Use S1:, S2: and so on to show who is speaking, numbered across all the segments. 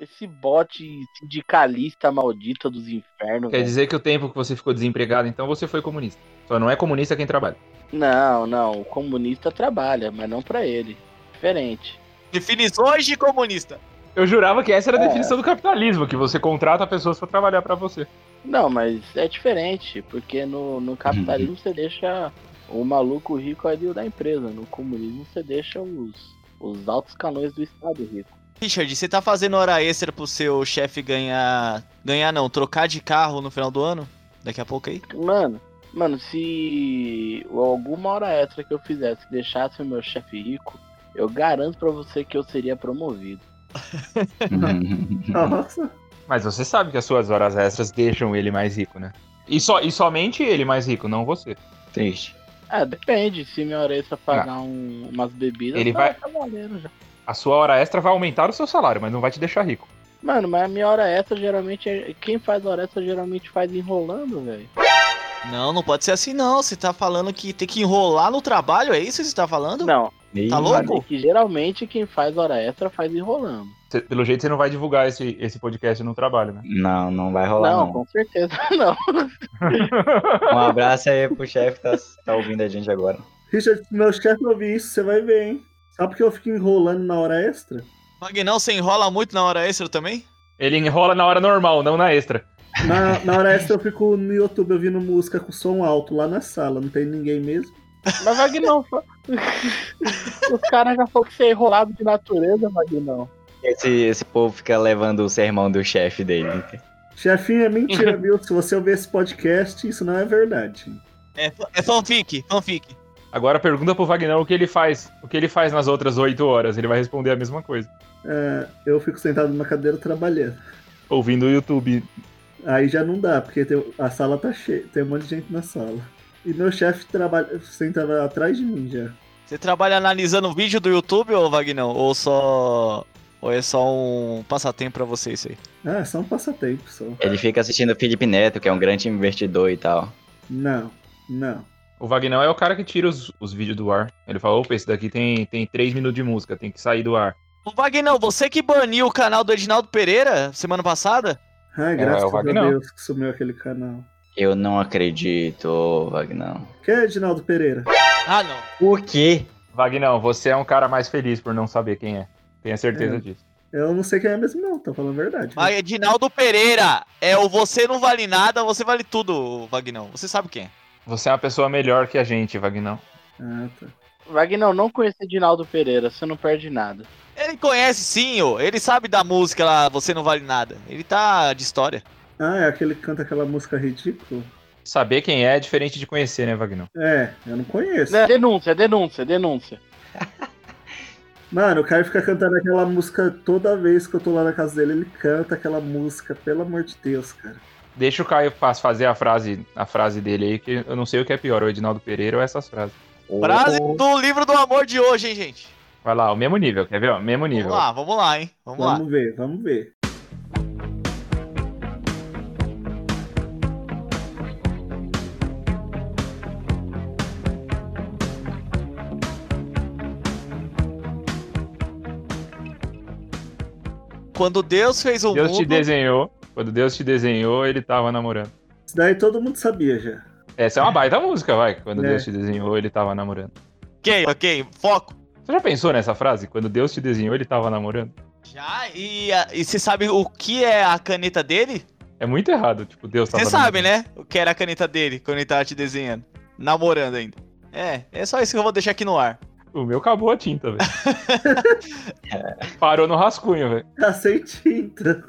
S1: Esse bote sindicalista maldito dos infernos.
S2: Quer
S1: velho.
S2: dizer que o tempo que você ficou desempregado, então você foi comunista. Só não é comunista quem trabalha.
S1: Não, não. O comunista trabalha, mas não pra ele. Diferente.
S3: Definições de comunista.
S2: Eu jurava que essa era
S1: É.
S2: a definição do capitalismo, que você contrata pessoas pra trabalhar pra você.
S1: Não, mas é diferente, porque no, no capitalismo você deixa o maluco rico ali da empresa. No comunismo você deixa os, os altos canões do Estado rico.
S3: Richard, você tá fazendo hora extra pro seu chefe ganhar. Ganhar não, trocar de carro no final do ano? Daqui a pouco aí?
S1: Mano, mano, se alguma hora extra que eu fizesse deixasse o meu chefe rico, eu garanto pra você que eu seria promovido.
S4: Nossa.
S2: Mas você sabe que as suas horas extras deixam ele mais rico, né? E, só, e somente ele mais rico, não você.
S5: Triste.
S1: Ah, depende. Se minha hora extra pagar um- umas bebidas,
S2: Ah. Ele
S1: tá,
S2: vai-
S1: tá valendo já.
S2: A sua hora extra vai aumentar o seu salário, mas não vai te deixar rico.
S1: Mano, mas a minha hora extra geralmente é. Quem faz hora extra geralmente faz enrolando, velho.
S3: Não, não pode ser assim não. Você tá falando que tem que enrolar no trabalho, é isso que você tá falando?
S1: Não, é
S3: Tá louco?
S1: que geralmente quem faz hora extra faz enrolando.
S2: Você- pelo jeito, você não vai divulgar esse, esse podcast no trabalho, né?
S5: Não, não vai rolar
S1: não,
S5: não.
S1: com certeza não.
S5: Um abraço aí pro chefe que tá, tá ouvindo a gente agora.
S4: Richard, se meu chefe ouvir isso, você vai ver, hein? Só porque eu fico enrolando na hora extra?
S3: Magnão, você enrola muito na hora extra também?
S2: Ele enrola na hora normal, não na extra.
S4: Na, na hora extra eu fico no YouTube ouvindo música com som alto lá na sala, não tem ninguém mesmo.
S1: Mas Vagnão, fa- os caras já falaram que você é enrolado de natureza, Vagnão.
S5: Esse, esse povo fica levando o sermão do chefe dele.
S4: Chefinho, é mentira, viu? Se você ouvir esse podcast, isso não é verdade.
S3: É, fa- é fanfic, fanfic.
S2: Agora pergunta pro Wagner o que ele faz. O que ele faz nas outras oito horas? Ele vai responder a mesma coisa.
S4: É, eu fico sentado numa cadeira trabalhando.
S2: Ouvindo o YouTube.
S4: Aí já não dá, porque tem- a sala tá cheia, tem um monte de gente na sala. E meu chefe trabalha, sentava atrás de mim já.
S3: Você trabalha analisando o vídeo do YouTube, ô Magnão? Ou só. Ou é só um passatempo pra você isso aí?
S4: Ah, é só um passatempo só.
S5: Ele fica assistindo o Felipe Neto, que é um grande investidor e tal.
S4: Não, não.
S2: O Wagner é o cara que tira os, os vídeos do ar. Ele fala, opa, esse daqui tem, tem três minutos de música, tem que sair do ar.
S3: Ô Magnão, você que baniu o canal do Edinaldo Pereira semana passada?
S4: Ah, graças a
S2: Wagner.
S4: Deus que sumiu aquele canal.
S5: Eu não acredito, ô, Vagnão.
S4: Que é Edinaldo Pereira?
S3: Ah, não.
S5: Por quê?
S2: Wagner, você é um cara mais feliz por não saber quem é. Tenha certeza
S4: É.
S2: disso.
S4: Eu não sei quem é mesmo, não, tô falando a verdade. né?
S3: Mas Edinaldo Pereira, é o você não vale nada, você vale tudo, Vagnão. Você sabe quem é.
S2: Você é uma pessoa melhor que a gente, Wagner.
S4: Ah, tá.
S1: Vagnão, não conhece Edinaldo Pereira, você não perde nada.
S3: Ele conhece sim, ô. ele sabe da música lá, você não vale nada. Ele tá de história.
S4: Ah, é aquele que canta aquela música ridícula?
S2: Saber quem é é diferente de conhecer, né, Wagner?
S4: É, eu não conheço.
S1: Né, Denúncia, denúncia, denúncia.
S4: Mano, o cara fica cantando aquela música toda vez que eu tô lá na casa dele, ele canta aquela música, pelo amor de Deus, cara.
S2: Deixa o Caio faz- fazer a frase, a frase dele aí, que eu não sei o que é pior, o Edinaldo Pereira ou essas frases.
S3: Frase do livro do amor de hoje, hein, gente?
S2: Vai lá, o mesmo nível, quer ver? ó? mesmo nível.
S3: Vamos lá, vamos lá, hein? Vamos lá.
S4: Vamos ver, vamos ver.
S3: Quando Deus fez o
S2: Deus
S3: mundo.
S2: te desenhou. Quando Deus te desenhou, ele tava namorando.
S4: Isso daí todo mundo sabia já.
S2: Essa é uma baita música, vai. Quando
S4: É.
S2: Deus te desenhou, ele tava namorando.
S3: Ok, ok, foco.
S2: Você já pensou nessa frase? Quando Deus te desenhou, ele tava namorando?
S3: Já, e, a- e você sabe o que é a caneta dele?
S2: É muito errado, tipo, Deus tava
S3: Você sabe, né? O que era a caneta dele quando ele tava te desenhando. Namorando ainda. É, é só isso que eu vou deixar aqui no ar.
S2: O meu acabou a tinta, velho.
S3: É.
S2: Parou no rascunho, velho.
S4: Tá sem tinta.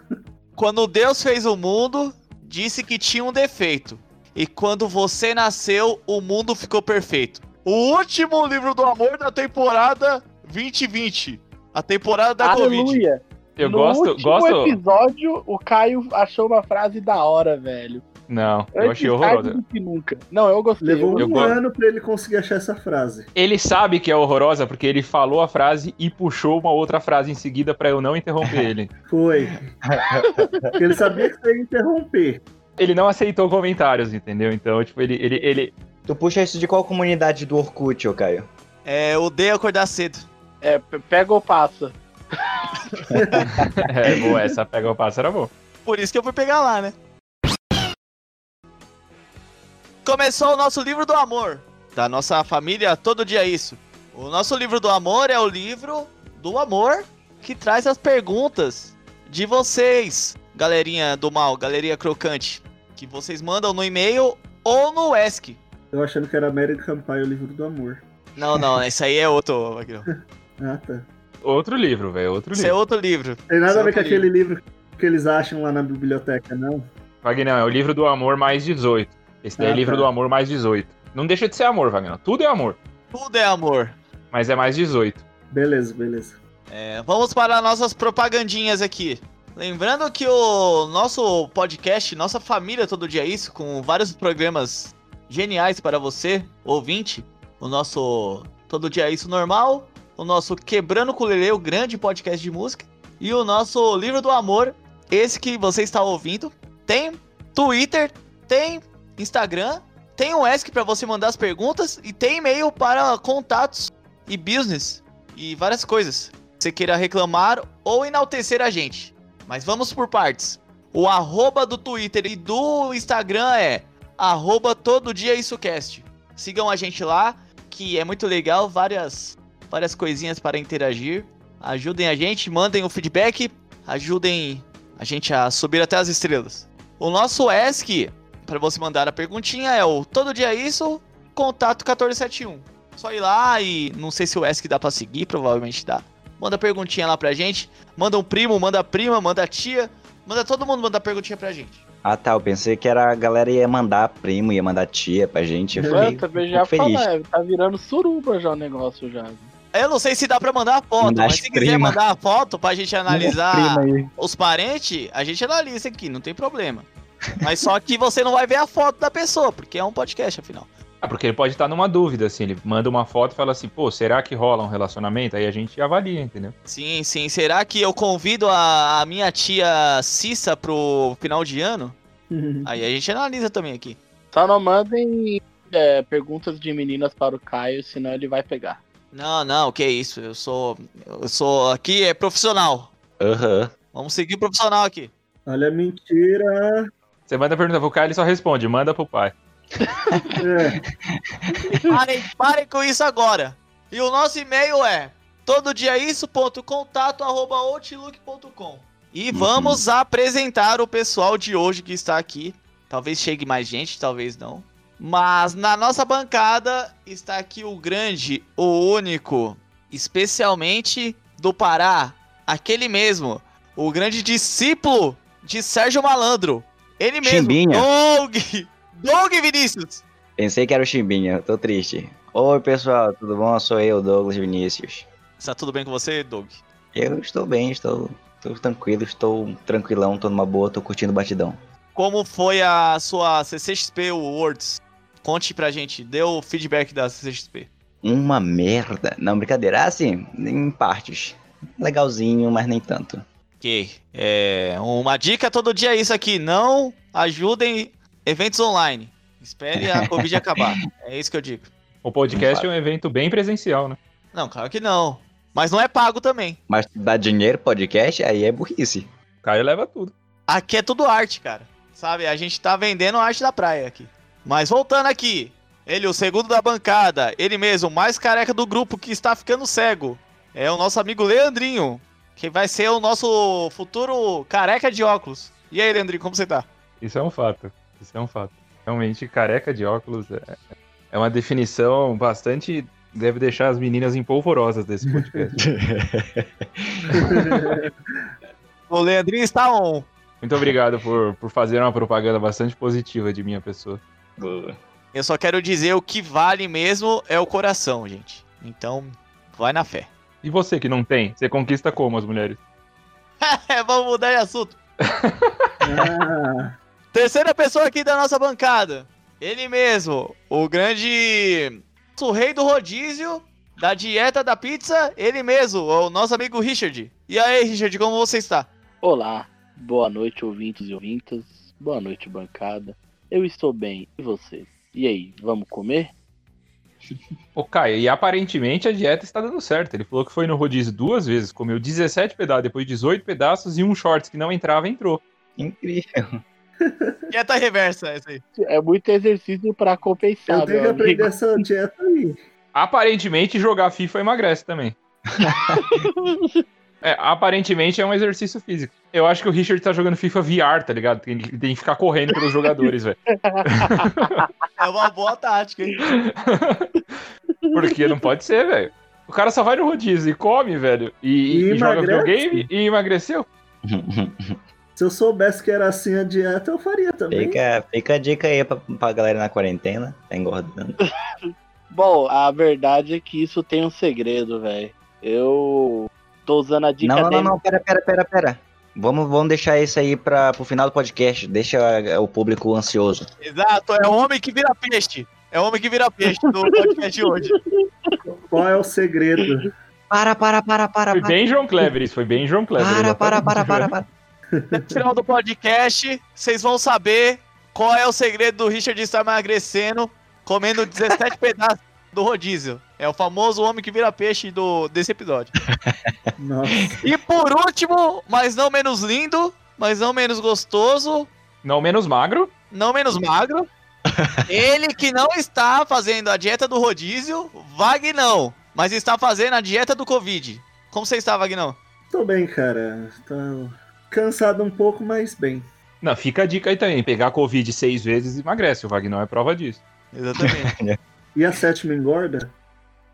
S3: Quando Deus fez o mundo, disse que tinha um defeito. E quando você nasceu, o mundo ficou perfeito. O último livro do amor da temporada 2020. A temporada da Covid.
S1: Aleluia.
S2: Eu
S1: no
S2: gosto,
S1: último
S2: gosto.
S1: episódio, o Caio achou uma frase da hora, velho.
S2: Não, eu achei horrorosa.
S1: tarde do que nunca. Não, eu gostei. eu
S4: Levou
S2: Eu
S4: um
S2: gosto.
S4: ano pra ele conseguir achar essa frase.
S2: Ele sabe que é horrorosa porque ele falou a frase e puxou uma outra frase em seguida pra eu não interromper ele.
S4: Foi. Porque ele sabia que você ia interromper.
S2: Ele não aceitou comentários, entendeu? Então, tipo, ele, ele, ele,
S5: Tu puxa isso de qual comunidade do Orkut, ô Caio?
S3: É, eu odeio acordar cedo.
S1: É, pe- pega ou passa.
S2: É boa, essa pega o é passo era boa.
S3: Por isso que eu fui pegar lá, né? Começou o nosso livro do amor. Da nossa família, todo dia é isso. O nosso livro do amor é o livro do amor que traz as perguntas de vocês, galerinha do mal, galeria crocante. Que vocês mandam no e-mail ou no ESC.
S4: Eu achando que era American Pie, o livro do amor.
S3: Não, não, isso aí é outro, Magrão.
S4: Ah, tá.
S2: Outro livro, velho, outro
S3: Isso é
S2: livro.
S3: outro livro.
S4: Tem nada
S3: Isso é
S4: a ver com
S3: outro
S4: aquele livro que eles acham lá na biblioteca, não?
S2: Vagnão, é o livro do amor mais 18. Esse daí é
S4: Ah,
S2: livro
S4: tá.
S2: do amor mais 18. Não deixa de ser amor, Vagnão. Tudo é amor,
S3: Tudo é amor.
S2: mas é mais 18.
S4: Beleza, beleza.
S3: É, vamos para nossas propagandinhas aqui. Lembrando que o nosso podcast, nossa família todo dia é isso, com vários programas geniais para você, ouvinte. O nosso todo dia é isso normal, o nosso Quebrando o Lele, o grande podcast de música, e o nosso Livro do Amor, esse que você está ouvindo. Tem Twitter, tem Instagram, tem um o ESC para você mandar as perguntas e tem e-mail para contatos e business e várias coisas você queira reclamar ou enaltecer a gente. Mas vamos por partes. O arroba do Twitter e do Instagram é arroba todo dia isocast. Sigam a gente lá, que é muito legal, várias, várias coisinhas para interagir. Ajudem a gente, mandem o feedback, ajudem a gente a subir até as estrelas. O nosso ESC, para você mandar a perguntinha, é o todo dia isso, contato 1471. Só ir lá e não sei se o ESC dá para seguir, provavelmente dá manda perguntinha lá pra gente. Manda um primo, manda a prima, manda a tia. Manda todo mundo mandar perguntinha pra gente.
S5: Ah tá, eu pensei que era a galera ia mandar primo, ia mandar tia pra gente. Eu
S4: Manda,
S5: fiquei
S1: Eu também
S5: fico
S1: já
S5: feliz.
S1: falar, tá virando suruba já o negócio já.
S3: Eu não sei se dá pra mandar a foto,
S5: Manda
S3: mas
S5: as
S3: se quiser
S5: prima.
S3: mandar a foto pra gente
S5: Prima
S3: analisar
S5: aí.
S3: os parentes, a gente analisa aqui, não tem problema. Mas só que você não vai ver a foto da pessoa, porque é um podcast, afinal.
S2: Ah, porque ele pode estar numa dúvida, assim. Ele manda uma foto e fala assim, pô, será que rola um relacionamento? Aí a gente avalia, entendeu?
S3: Sim, sim. Será que eu convido a, a minha tia Cissa pro final de ano? Aí a gente analisa também aqui.
S1: Só não mandem é, perguntas de meninas para o Caio, senão ele vai pegar.
S3: Não, não, que isso. Eu sou. Eu sou. Aqui é profissional.
S5: Aham.
S3: Vamos seguir o profissional aqui.
S4: Olha a mentira.
S2: Você manda a pergunta pro cara, ele só responde, manda pro pai.
S4: É,
S3: Parem, parem com isso agora. E o nosso e-mail é tododiaisso.contato@outlook.com. E
S5: Uhum.
S3: vamos apresentar o pessoal de hoje que está aqui. Talvez chegue mais gente, talvez não. Mas na nossa bancada está aqui o grande, o único, especialmente do Pará, aquele mesmo, o grande discípulo de Sérgio Malandro. Ele mesmo,
S5: Chimbinha.
S3: Doug, Doug Vinícius.
S5: Pensei que era o Chimbinha, tô triste. Oi pessoal, tudo bom? Sou eu, Douglas Vinícius.
S3: Está tudo bem com você, Doug?
S5: Eu estou bem, estou, estou tranquilo, estou tranquilão, tô numa boa, tô curtindo o batidão.
S3: Como foi a sua CCXP Awards? Conte pra gente, dê o feedback da CCXP.
S5: Uma merda. Não, brincadeira. Ah, sim, em partes. Legalzinho, mas nem tanto.
S3: Ok. É, uma dica todo dia é isso aqui. Não ajudem eventos online. Espere a Covid acabar. É isso que eu digo.
S2: O podcast é um evento bem presencial, né?
S3: Não, claro que não. Mas não é pago também.
S5: Mas dá dinheiro, podcast, aí é burrice.
S2: O Caio leva tudo.
S3: Aqui é tudo arte, cara. Sabe, a gente tá vendendo arte da praia aqui. Mas voltando aqui. Ele, o segundo da bancada. Ele mesmo, o mais careca do grupo que está ficando cego. É o nosso amigo Leandrinho. Que vai ser o nosso futuro careca de óculos. E aí, Leandrinho, como você tá?
S2: Isso é um fato. Isso é um fato. Realmente, careca de óculos é, é uma definição bastante. Deve deixar as meninas empolvorosas desse podcast.
S3: O Leandrinho está on.
S2: Muito obrigado por, por fazer uma propaganda bastante positiva de minha pessoa.
S3: Eu só quero dizer o que vale mesmo é o coração, gente. Então, vai na fé.
S2: E você que não tem, você conquista como as mulheres?
S3: É, Vamos mudar de assunto.
S4: ah,
S3: Terceira pessoa aqui da nossa bancada. Ele mesmo, o grande. O rei do rodízio, da dieta da pizza, ele mesmo, o nosso amigo Richard. E aí, Richard, como você está?
S1: Olá, boa noite, ouvintes e ouvintas. Boa noite, bancada. Eu estou bem, e vocês? E aí, vamos comer?
S2: Ô, Caio, e aparentemente a dieta está dando certo. Ele falou que foi no rodízio duas vezes, comeu 17 pedaços, depois 18 pedaços e um shorts que não entrava, entrou.
S5: Incrível.
S3: Dieta reversa essa aí.
S1: É muito exercício pra compensar,
S4: Eu tenho
S1: meu
S4: que
S1: Tá amigo.
S4: aprender essa dieta aí.
S2: Aparentemente, jogar FIFA emagrece também. É, aparentemente é um exercício físico. Eu acho que o Richard tá jogando FIFA VR, tá ligado? Tem, tem que ficar correndo pelos jogadores, velho.
S3: É uma boa tática, hein?
S2: Porque não pode ser, velho. O cara só vai no rodízio e come, velho. E,
S4: E
S2: e joga
S4: emagrece.
S2: videogame e emagreceu.
S4: Se eu soubesse que era assim a dieta, eu faria também.
S5: Fica, fica a dica aí pra, pra galera na quarentena, tá engordando.
S1: Bom, a verdade é que isso tem um segredo, velho. Eu tô usando a dica
S5: Não, não,
S1: dele.
S5: não, não, pera, pera, pera, pera. Vamos, vamos deixar isso aí pra, pro final do podcast. Deixa o público ansioso.
S3: Exato, é o homem que vira peixe. É o homem que vira peixe no podcast de hoje.
S4: Qual é o segredo?
S5: Para, para, para, para,
S2: Foi
S5: para.
S2: bem João Kleber isso, foi bem João Kleber.
S5: Tá Para, para,
S2: exatamente.
S5: para, para, para.
S3: No final do podcast, vocês vão saber qual é o segredo do Richard estar emagrecendo comendo 17 pedaços do rodízio. É o famoso homem que vira peixe do, desse episódio.
S4: Nossa.
S3: E por último, mas não menos lindo, mas não menos gostoso,
S2: Não menos magro.
S3: não menos magro, ele que não está fazendo a dieta do rodízio, Vagnão, mas está fazendo a dieta do Covid. Como você está, Vagnão?
S4: Tô bem, cara. Tô cansado um pouco, mas bem.
S2: Não, fica a dica aí também. Pegar Covid seis vezes emagrece. O Vagnão é prova disso.
S3: Exatamente.
S4: E a sétima engorda?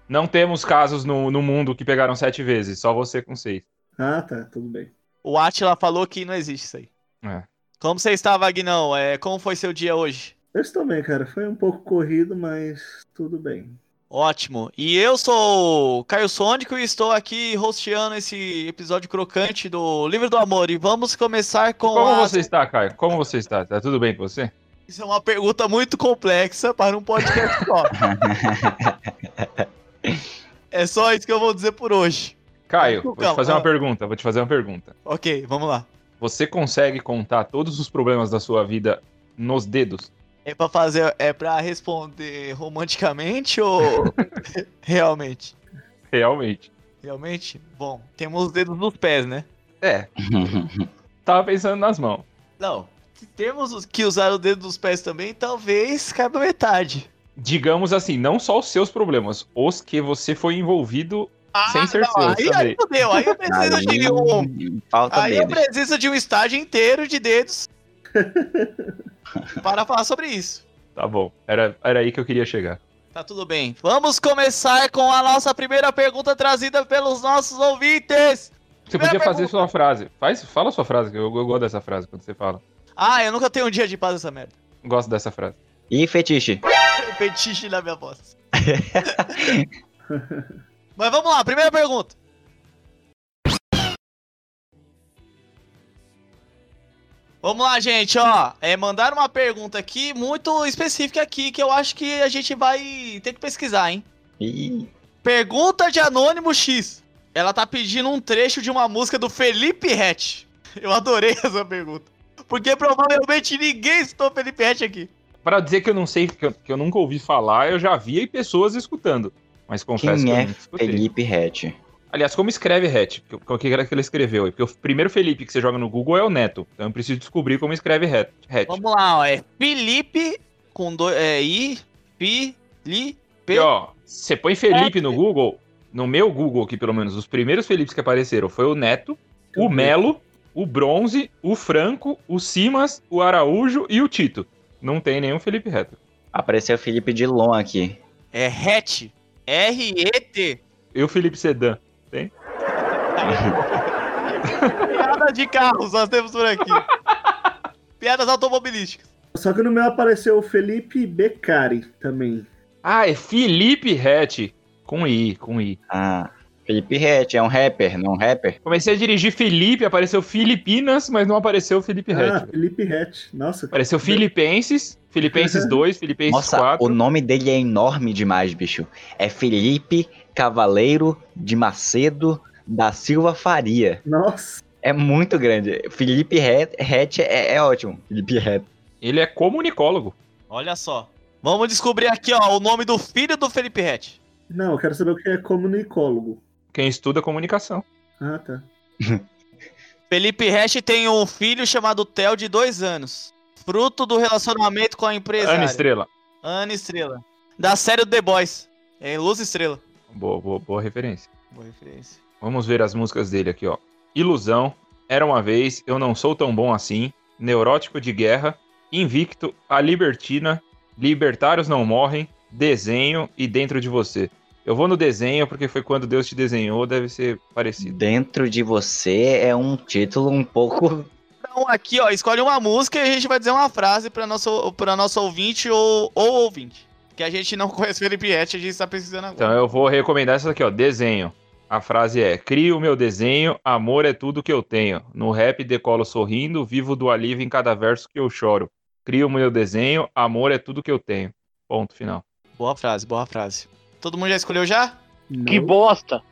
S2: Não temos casos no, no mundo que pegaram sete vezes, só você com seis.
S4: Ah, tá, tudo bem.
S3: o Atila falou que não existe isso aí.
S2: É.
S3: Como você está, Vagnão? É, como foi seu dia hoje?
S4: Eu estou bem, cara. Foi um pouco corrido, mas tudo bem.
S3: Ótimo. E eu sou o Caio Sônico e estou aqui hosteando esse episódio crocante do Livro do Amor. E vamos começar com
S2: Como
S3: a...
S2: você está, Caio? Como você está? Tá tudo bem com você?
S3: Isso é uma pergunta muito complexa para um podcast só. é só isso que eu vou dizer por hoje.
S2: Caio, vou te
S3: Lucão,
S2: fazer
S3: ah.
S2: uma pergunta. Vou te fazer uma pergunta.
S3: Ok, vamos lá.
S2: Você consegue contar todos os problemas da sua vida nos dedos?
S3: É para fazer, é para responder romanticamente ou realmente?
S2: Realmente.
S3: Realmente? Bom, temos os dedos nos pés, né?
S2: É,
S5: Uhum.
S2: tava pensando nas mãos.
S3: Não. Se temos os- que usar o dedo dos pés também, talvez caiba metade.
S2: Digamos assim, não só os seus problemas, os que você foi envolvido. Sem ser seu,
S3: Ah, aí, aí
S2: também.
S3: fodeu, aí eu preciso de um.
S5: Falta
S3: Aí eu
S5: dedos.
S3: preciso de um estágio inteiro de dedos para falar sobre isso.
S2: Tá bom, era, era aí que eu queria chegar.
S3: Tá tudo bem. Vamos começar com a nossa primeira pergunta trazida pelos nossos ouvintes.
S5: É,
S2: Você podia
S3: Primeira
S2: fazer
S3: pergunta.
S2: sua frase. Faz, fala sua frase, que eu, eu gosto dessa frase quando você fala.
S3: Ah, eu nunca tenho um dia de paz essa merda.
S2: Gosto dessa frase.
S5: E fetiche.
S3: O Petiche na minha voz. Mas vamos lá, primeira pergunta. Vamos lá, gente, ó. É, mandaram uma pergunta aqui muito específica aqui que eu acho que a gente vai ter que pesquisar, hein?
S5: Ih,
S3: Pergunta de Anônimo X. Ela tá pedindo um trecho de uma música do Felipe Hatch. Eu adorei essa pergunta. Porque provavelmente ninguém citou Felipe Hatch aqui.
S2: Pra dizer que eu não sei, que eu, que eu nunca ouvi falar, eu já vi aí pessoas escutando. Mas confesso
S5: quem
S2: que eu
S5: é
S2: nunca escutei.
S5: Felipe Hatch?
S2: Aliás, como escreve Hatch? Que- O que era que ele escreveu aí? Porque o primeiro Felipe que você joga no Google é o Neto. Então eu preciso descobrir como escreve Hatch. Hatch.
S3: Vamos lá, ó. É Felipe com dois. É I, Pi, Li, P.
S2: E ó, você põe Felipe no Google, no meu Google aqui pelo menos, os primeiros Felipes que apareceram foi o Neto, o Melo, o Bronze, o Franco, o Simas, o Araújo e o Tito. Não tem nenhum Felipe Reto.
S5: Apareceu Felipe Dilon aqui.
S3: É Hatch. R-E-T.
S2: E o Felipe Sedan.
S3: Piada de carros, nós temos por aqui. Piadas automobilísticas.
S4: Só que no meu apareceu o Felipe Beccari também.
S2: Ah, é Felipe Hatch. Com I, com I.
S5: Ah, Felipe Hatch é um rapper, não um rapper?
S2: Comecei a dirigir Felipe, apareceu Filipinas, mas não apareceu Felipe
S4: Ah,
S2: Hatch.
S4: Felipe Hatch. Nossa,
S2: Apareceu Filipenses, Filipenses 2, Filipenses
S5: Nossa,
S2: 4.
S5: o nome dele é enorme demais, bicho. É Felipe Cavaleiro de Macedo da Silva Faria.
S4: nossa.
S5: É muito grande. Felipe Hatch é, é ótimo. Felipe Hatch.
S2: Ele é comunicólogo.
S3: Olha só. Vamos descobrir aqui, ó, o nome do filho do Felipe Rett.
S4: Não, eu quero saber o que é comunicólogo.
S2: Quem estuda comunicação.
S4: Ah, tá.
S3: Felipe Rett tem um filho chamado Theo de dois anos. Fruto do relacionamento com a empresa.
S2: Ana Estrela.
S3: Ana Estrela. Da série The Boys. É Luz Estrela.
S2: Boa, boa, boa referência.
S3: Boa referência.
S2: Vamos ver as músicas dele aqui, ó. Ilusão, Era uma vez, Eu não sou tão bom assim, Neurótico de guerra, Invicto, A Libertina, Libertários não morrem, Desenho e Dentro de você. Eu vou no desenho porque foi quando Deus te desenhou, deve ser parecido.
S5: Dentro de você é um título um pouco.
S3: Então aqui, ó, escolhe uma música e a gente vai dizer uma frase para nosso para nosso ouvinte ou, ou ouvinte, que a gente não conhece Felipe Rett, a gente está pesquisando agora.
S2: Então eu vou recomendar essa aqui, ó, desenho. A frase é: Crio o meu desenho, amor é tudo que eu tenho. No rap decolo sorrindo, vivo do alívio em cada verso que eu choro. Crio o meu desenho, amor é tudo que eu tenho. Ponto final.
S3: Boa frase, boa frase. Todo mundo já escolheu já?
S1: Que bosta!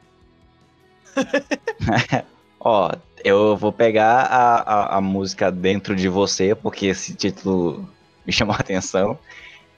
S5: Ó, eu vou pegar a, a, a música Dentro de Você, porque esse título me chamou a atenção.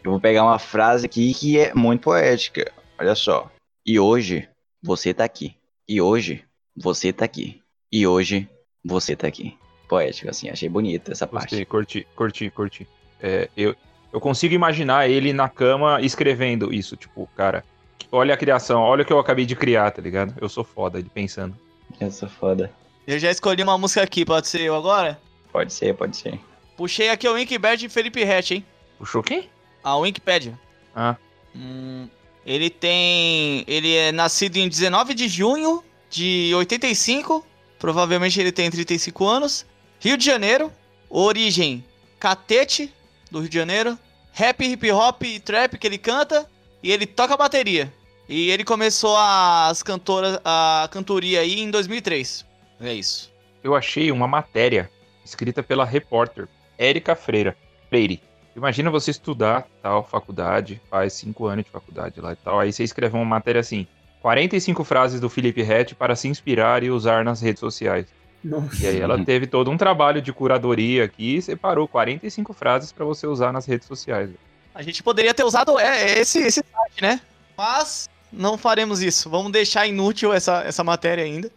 S5: Eu vou pegar uma frase aqui que é muito poética. Olha só. E hoje você tá aqui. E hoje você tá aqui. E hoje você tá aqui. Poético, assim, achei bonita essa parte.
S2: Gostei, curti, curti, curti. É, eu, eu consigo imaginar ele na cama escrevendo isso, tipo, cara, olha a criação, olha o que eu acabei de criar, tá ligado? Eu sou foda, ele pensando.
S5: Eu sou foda.
S3: Eu já escolhi uma música aqui, pode ser eu agora?
S5: Pode ser, pode ser.
S3: Puxei aqui o Wikipedia de Felipe Rett, hein?
S2: Puxou quem?
S3: A Wikipedia.
S2: Ah,
S3: Hum, ele tem. Ele é nascido em 19 de junho de 85. Provavelmente ele tem 35 anos. Rio de Janeiro. Origem catete do Rio de Janeiro. Rap, hip hop e trap que ele canta. E ele toca bateria. E ele começou as cantoras, a cantoria aí em 2003. É isso.
S2: eu achei uma matéria escrita pela repórter Érica Freira. Freire. Imagina você estudar tal faculdade, faz cinco anos de faculdade lá e tal. Aí você escreveu uma matéria assim: 45 frases do Felipe Rett para se inspirar e usar nas redes sociais.
S4: Nossa.
S2: E aí ela teve todo um trabalho de curadoria aqui e separou 45 frases pra você usar nas redes sociais.
S3: A gente poderia ter usado é, esse, esse site, né? Mas não faremos isso. Vamos deixar inútil essa, essa matéria ainda.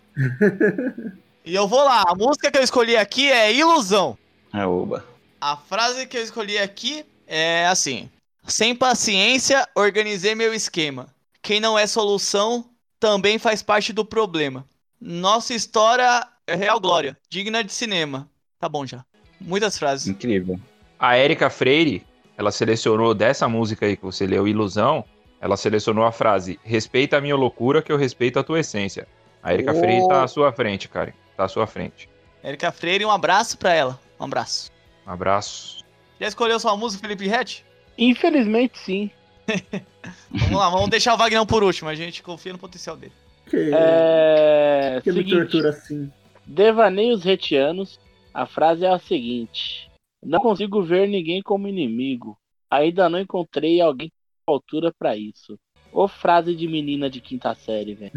S3: e eu vou lá. A música que eu escolhi aqui é Ilusão.
S5: Ah, oba.
S3: A frase que eu escolhi aqui é assim: Sem paciência, organizei meu esquema. Quem não é solução também faz parte do problema. Nossa história é real glória, digna de cinema. Tá bom já. Muitas frases.
S5: Incrível.
S2: A Érica Freire, ela selecionou dessa música aí que você leu, Ilusão, ela selecionou a frase: Respeita a minha loucura que eu respeito a tua essência. A Érica
S3: Oh.
S2: Freire tá à sua frente, cara. Tá à sua frente.
S3: Érica Freire, um abraço pra ela. Um abraço.
S2: Um abraço.
S3: Já escolheu sua música, Felipe Rett?
S1: Infelizmente, sim.
S3: Vamos lá, vamos deixar o Wagner por último. A gente confia no potencial dele.
S4: Que,
S1: É.
S4: Tipo que me
S1: seguinte,
S4: tortura assim.
S1: Devaneios retianos, a frase é a seguinte: Não consigo ver ninguém como inimigo. Ainda não encontrei alguém com altura pra isso. Ô frase de menina de quinta série, velho.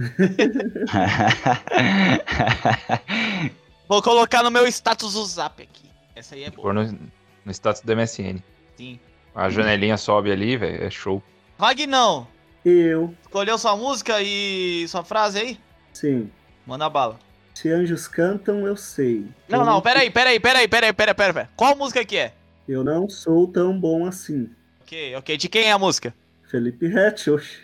S3: Vou colocar no meu status do zap aqui. Essa aí é boa.
S2: Pôr no, no status do MSN.
S3: Sim.
S2: A janelinha sobe ali, velho. É show.
S3: Vagnão,
S4: Eu,
S3: escolheu sua música e sua frase aí?
S4: sim.
S3: Manda bala.
S4: Se anjos cantam, eu sei.
S3: Não,
S4: eu
S3: não, peraí, peraí, peraí, peraí, peraí, peraí, peraí. Qual música que é?
S4: Eu não sou tão bom assim.
S3: Ok, ok. De quem é a música?
S4: Felipe Rett, oxe.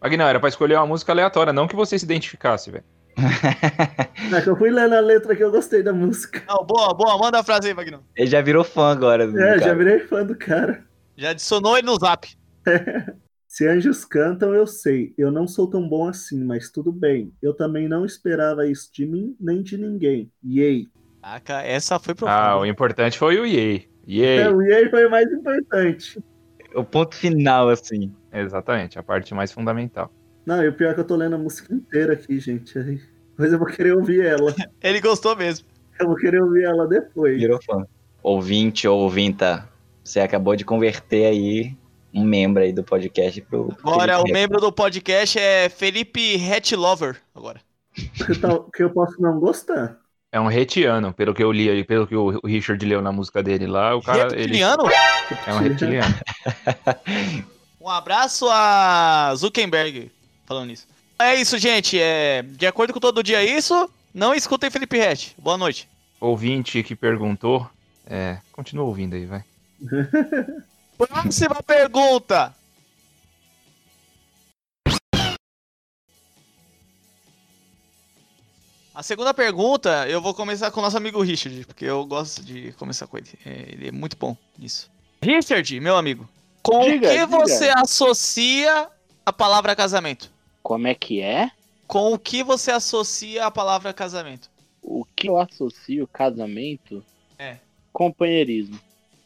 S2: Agnão, era pra escolher uma música aleatória, não que você se identificasse, velho.
S4: É que eu fui lendo a letra que eu gostei da música.
S3: Não, boa, boa. Manda a frase aí, Vagnão.
S5: Ele já virou fã agora. do
S4: É,
S5: Hum, cara.
S4: já virei fã do cara.
S3: Já adicionou ele no zap.
S4: Se anjos cantam, eu sei. Eu não sou tão bom assim, mas tudo bem. Eu também não esperava isso de mim, nem de ninguém. Yay.
S3: Caraca, essa foi
S2: Ah,
S3: profunda.
S2: o importante foi o Yay.
S4: É,
S2: Yay.
S4: o yay foi o mais importante.
S5: O ponto final, assim.
S2: Exatamente, a parte mais fundamental.
S4: Não, e o pior é que eu tô lendo a música inteira aqui, gente. Aí, mas eu vou querer ouvir ela.
S3: Ele gostou mesmo.
S4: Eu vou querer ouvir ela depois.
S5: Virou fã. Ouvinte ou ouvinta, você acabou de converter aí um membro aí do podcast pro.
S3: Agora, o
S5: Felipe
S3: membro do podcast é Felipe Hatlover. Agora.
S4: tá- Que, tal- que eu posso não gostar.
S2: É um retiano, pelo que eu li aí, pelo que o Richard leu na música dele lá, o cara. Ele
S3: Reptiliano?
S2: é um reptiliano.
S3: Um abraço a Zuckerberg falando nisso. É isso, gente. É... De acordo com todo dia é isso, não escutem Felipe Hatch. Boa noite.
S2: Ouvinte que perguntou. É, continua ouvindo aí, vai.
S3: Próxima pergunta. A segunda pergunta, eu vou começar com o nosso amigo Richard, porque eu gosto de começar com ele. É, Ele é muito bom nisso. Richard, meu amigo, com o
S1: Diga,
S3: que
S1: diga.
S3: você associa a palavra casamento?
S1: Como é que é?
S3: Com o que você associa a palavra casamento?
S1: O que eu associo casamento?
S3: É.
S1: Companheirismo.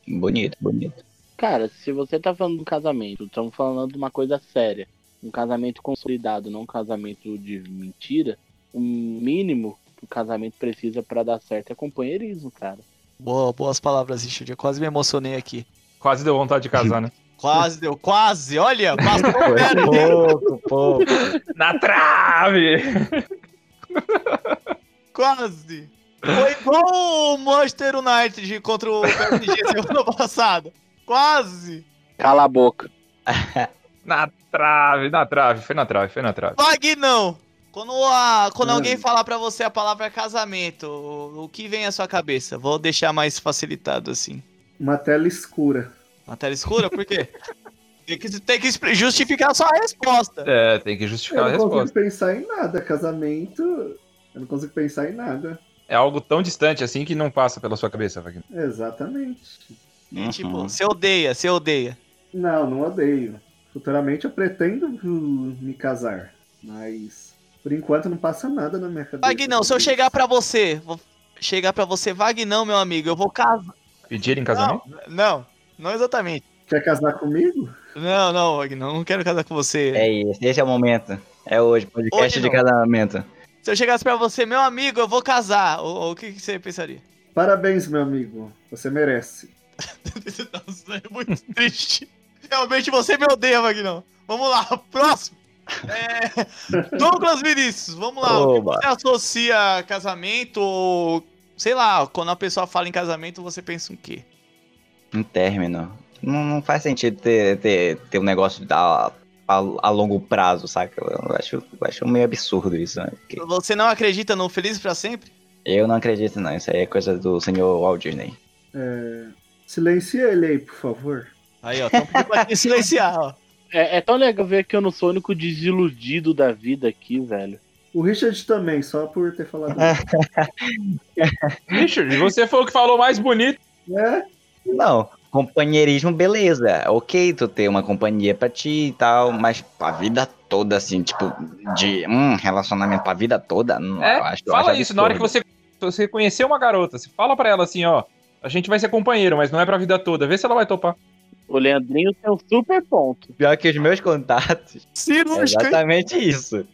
S5: Bonito, bonito.
S1: Cara, se você tá falando de um casamento, estamos falando de uma coisa séria. Um casamento consolidado, não um casamento de mentira. O mínimo que o casamento precisa pra dar certo é companheirismo, cara.
S3: Boa, boas palavras, Richard. Eu quase me emocionei aqui.
S2: Quase deu vontade de casar, né?
S3: Quase deu, quase. Olha, passou
S4: é
S5: Foi
S3: perto.
S5: pouco, pouco.
S2: Na trave!
S3: Quase! Foi igual o Manchester United contra o PSG semana passada. Quase!
S1: Cala a boca.
S2: Na trave, na trave, foi na trave, foi na trave.
S3: Pague não! Quando, a- quando
S4: Hum.
S3: alguém falar pra você a palavra casamento, o, o que vem à sua cabeça? Vou deixar mais facilitado assim.
S4: Uma tela escura.
S3: Matéria escura? Por quê? tem que, tem que expli- justificar a sua resposta.
S2: É, tem que
S4: Eu
S2: justificar a
S4: não consigo
S2: resposta.
S4: pensar em nada. Casamento. Eu não consigo pensar em nada.
S2: É algo tão distante assim que não passa pela sua cabeça, Wagner.
S4: Exatamente.
S3: É Tipo,
S5: Uhum.
S3: você odeia, você odeia.
S4: Não, não odeio. Futuramente eu pretendo uh, me casar. Mas por enquanto não passa nada na minha cabeça.
S3: Vagnão, se eu chegar pra você, vou chegar pra você, Vagnão, meu amigo, eu vou casar.
S2: Pedir em
S3: Não,
S2: casamento?
S3: não, não exatamente.
S4: Quer casar comigo?
S3: Não, não, Vagnão, não quero casar com você.
S5: É isso, esse é o momento. É hoje, podcast
S3: Hoje
S5: de
S3: não.
S5: casamento.
S3: Se eu chegasse pra você, meu amigo, eu vou casar, o, o que, que você pensaria?
S4: Parabéns, meu amigo. Você merece.
S3: Nossa, é muito triste. Realmente você me odeia, Vagnão. Vamos lá, próximo. É, Douglas Vinícius, vamos lá. O que
S5: Oba.
S3: você associa a casamento ou... Sei lá, quando a pessoa fala em casamento, você pensa em quê?
S5: Um término. Não, não faz sentido ter, ter, ter um negócio da, a, a longo prazo, saca? Eu acho, eu acho meio absurdo isso, né? Porque
S3: Você não acredita no Feliz pra Sempre?
S5: Eu não acredito, não. Isso aí é coisa do senhor Walt Disney.
S4: É, Silencia ele aí, por favor.
S3: Aí, ó, tá um estão pedindo pra te silenciar, ó.
S1: É, é tão legal ver que eu não sou o único desiludido da vida aqui, velho.
S4: O Richard também, só por ter falado.
S2: Richard, você foi o que falou mais bonito.
S4: É,
S5: Não, companheirismo, beleza. Ok, tu ter uma companhia pra ti e tal, mas a vida toda, assim, tipo, de um relacionamento pra vida toda, não,
S2: É,
S5: eu acho, eu
S2: fala
S5: acho
S2: isso, na hora que
S5: absurdo.
S2: você, você conhecer uma garota, você fala pra ela assim, ó, a gente vai ser companheiro, mas não é pra vida toda. Vê se ela vai topar.
S1: O Leandrinho tem um super ponto.
S5: Pior que os meus contatos, é
S3: Cirúrgico,
S2: tá
S3: hein?
S5: exatamente isso.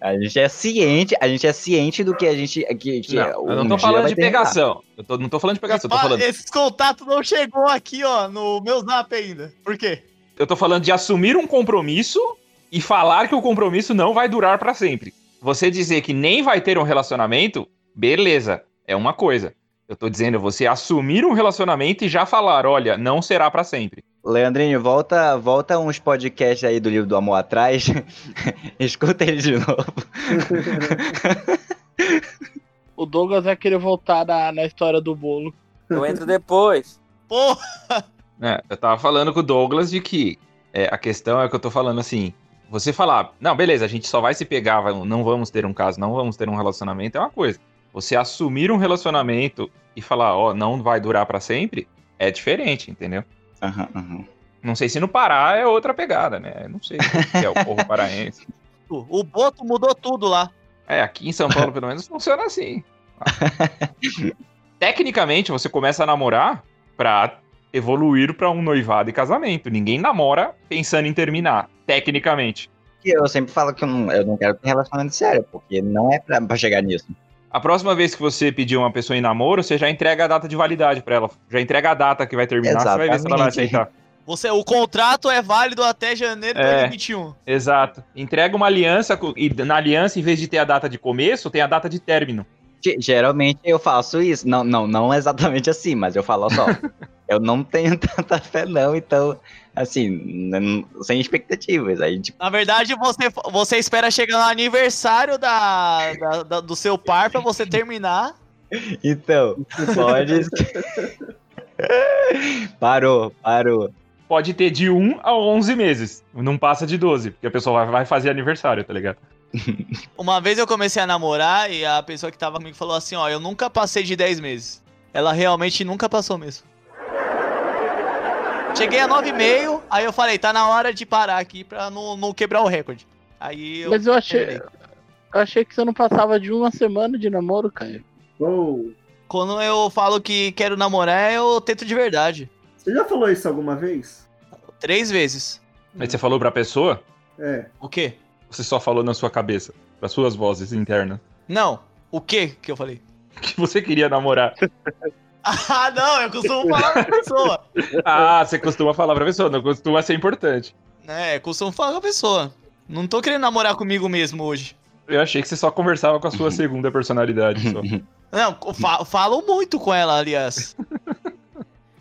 S5: A gente é ciente, a gente é ciente do que a gente... Que, que
S2: não, eu não
S5: um
S2: tô
S5: dia
S2: falando
S5: vai
S2: de
S5: terminar.
S2: pegação. Eu tô- não tô falando de pegação, eu tô falando,
S3: Esses contatos não chegou aqui, ó, no meu zap ainda. Por quê?
S2: eu tô falando de assumir um compromisso e falar que o compromisso não vai durar pra sempre. Você dizer que nem vai ter um relacionamento, beleza, é uma coisa. Eu tô dizendo, você assumir um relacionamento e já falar, olha, não será pra sempre.
S5: Leandrinho, volta, volta uns podcasts aí do livro do Amor Atrás. Escuta ele de novo.
S1: O Douglas vai querer voltar na, na história do bolo.
S6: Eu entro depois.
S3: Pô,
S2: É, eu tava falando com o Douglas de que é, a questão é que eu tô falando assim. Você falar, não, beleza, a gente só vai se pegar, vai- não vamos ter um caso, não vamos ter um relacionamento, é uma coisa. Você assumir um relacionamento e falar, ó, não vai durar pra sempre, é diferente, entendeu?
S5: Aham, aham.
S2: Não sei se no Pará é outra pegada, né? Não sei se é o povo paraense.
S3: o Boto mudou tudo lá.
S2: É, aqui em São Paulo, pelo menos, funciona assim. Tecnicamente, você começa a namorar pra evoluir pra um noivado e casamento. Ninguém namora pensando em terminar, tecnicamente.
S5: E Eu sempre falo que eu não, eu não quero ter relacionamento sério, porque não é pra, pra chegar nisso.
S2: A próxima vez que você pedir uma pessoa em namoro, você já entrega a data de validade pra ela. Já entrega a data que vai terminar, você vai ver se ela vai
S5: Exatamente.
S2: aceitar.
S3: Você, o contrato é válido até janeiro de
S2: É.
S3: 2021.
S2: Exato. Entrega uma aliança, co- e na aliança, em vez de ter a data de começo, tem a data de término.
S5: Ge- Geralmente eu faço isso. Não, não, não exatamente assim, mas eu falo só. eu não tenho tanta fé, não, então, assim, n- sem expectativas. Aí, tipo,
S3: Na verdade, você, você espera chegar no aniversário da, da- da- do seu par pra você terminar.
S5: então, pode. parou, parou.
S2: Pode ter de 1 a 11 meses. Não passa de 12, porque a pessoa vai- vai fazer aniversário, tá ligado?
S3: Uma vez eu comecei a namorar e a pessoa que tava comigo falou assim: Ó, eu nunca passei de 10 meses. Ela realmente nunca passou mesmo. Cheguei a 9,5, aí eu falei: tá na hora de parar aqui pra não, não quebrar o recorde. Aí eu.
S1: Mas eu achei, eu achei que você não passava de uma semana de namoro, Caio.
S4: Ou,
S3: Quando eu falo que quero namorar, eu tento de verdade.
S4: você já falou isso alguma vez?
S3: Três vezes.
S2: Mas você falou pra pessoa,
S4: É.
S3: O quê?
S2: você só falou na sua cabeça, pras suas vozes internas,
S3: Não. O quê que eu falei?
S2: que você queria namorar.
S3: Ah, não, eu costumo falar pra pessoa.
S2: Ah, você costuma falar pra pessoa, não costuma ser importante.
S3: É, eu costumo falar com a pessoa. Não tô querendo namorar comigo mesmo hoje.
S2: Eu achei que você só conversava com a sua segunda personalidade. Só.
S3: Não, eu fa falo muito com ela, aliás.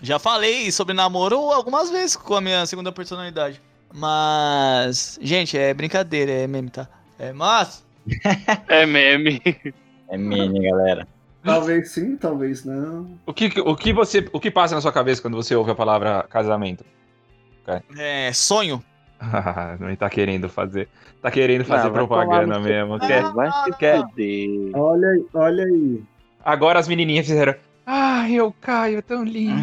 S3: Já falei sobre namoro algumas vezes com a minha segunda personalidade. Mas, gente, é brincadeira, é meme, tá? É, mas,
S1: É meme.
S5: É mini, galera.
S4: Talvez sim, talvez não.
S2: O que, o que você, o que passa na sua cabeça quando você ouve a palavra casamento?
S3: é sonho.
S2: Ah, Não tá querendo fazer, tá querendo
S1: Não,
S2: fazer
S1: vai
S2: propaganda
S1: tomar no
S2: mesmo.
S3: cu.
S2: Quer,
S3: Ah.
S1: É, Vai se
S2: quer.
S1: fuder.
S4: Olha, aí- olha aí.
S2: Agora as menininhas fizeram. Ai, eu caio é tão lindo.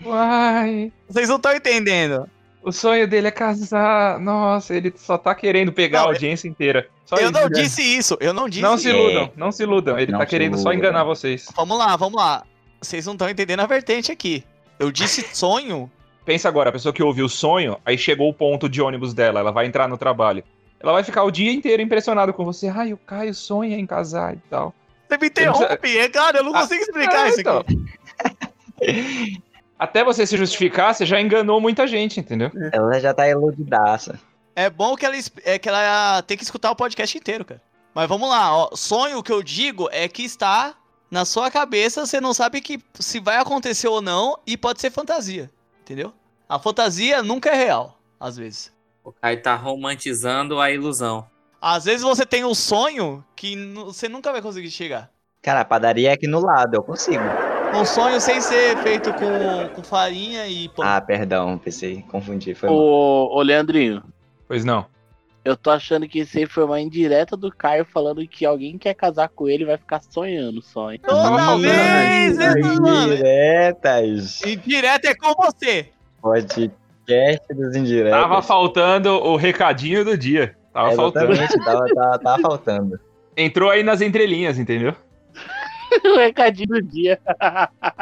S2: fofo, Ai,
S3: Vocês não estão entendendo.
S2: o sonho dele é casar. Nossa, ele só tá querendo pegar
S3: Não,
S2: a audiência inteira. Só
S3: eu
S2: isso. né?
S3: não disse isso, eu é. não disse
S2: Não
S3: isso.
S2: se iludam, não se iludam. Ele
S5: Não
S2: tá
S5: se né?
S2: querendo só
S5: iludam.
S2: enganar vocês.
S3: Vamos lá, vamos lá. Vocês não estão entendendo a vertente aqui. Eu disse sonho?
S2: Pensa agora, a pessoa que ouviu o sonho, aí chegou o ponto de ônibus dela, ela vai entrar no trabalho. Ela vai ficar o dia inteiro impressionada com você. Ai, o Caio sonha em casar e tal.
S3: Você me
S2: não sei-
S3: interrompe, é, cara, eu não
S2: Ah,
S3: consigo explicar
S2: É,
S3: isso aqui.
S2: então. Até você se justificar, você já enganou muita gente, entendeu?
S5: Ela já tá iludidaça.
S3: É bom que ela, es- é que ela tem que escutar o podcast inteiro, cara. Mas vamos lá, ó. Sonho que eu digo é que está na sua cabeça, você não sabe que se vai acontecer ou não, e pode ser fantasia. Entendeu? A fantasia nunca é real, às vezes.
S6: O Caio tá romantizando a ilusão.
S3: Às vezes você tem um sonho que nu- você nunca vai conseguir chegar.
S5: Cara, a padaria é aqui no lado, eu consigo.
S3: Um sonho sem ser feito com, com farinha e pão.
S5: Ah, perdão, pensei, confundi. Foi mal.
S1: Ô, ô, Leandrinho,
S2: Pois não.
S1: eu tô achando que isso aí foi uma indireta do Caio falando que alguém quer casar com ele e vai ficar sonhando só, hein?
S3: Toda
S2: Nossa,
S3: vez, né,
S5: é
S3: mano?
S5: Indiretas.
S3: Indireto é com você.
S5: Podcast dos indiretas.
S2: Tava faltando o recadinho do dia. Tava faltando.
S5: É, Exatamente, tava, tava, tava faltando.
S2: Entrou aí nas entrelinhas, entendeu?
S1: o Um recadinho do dia.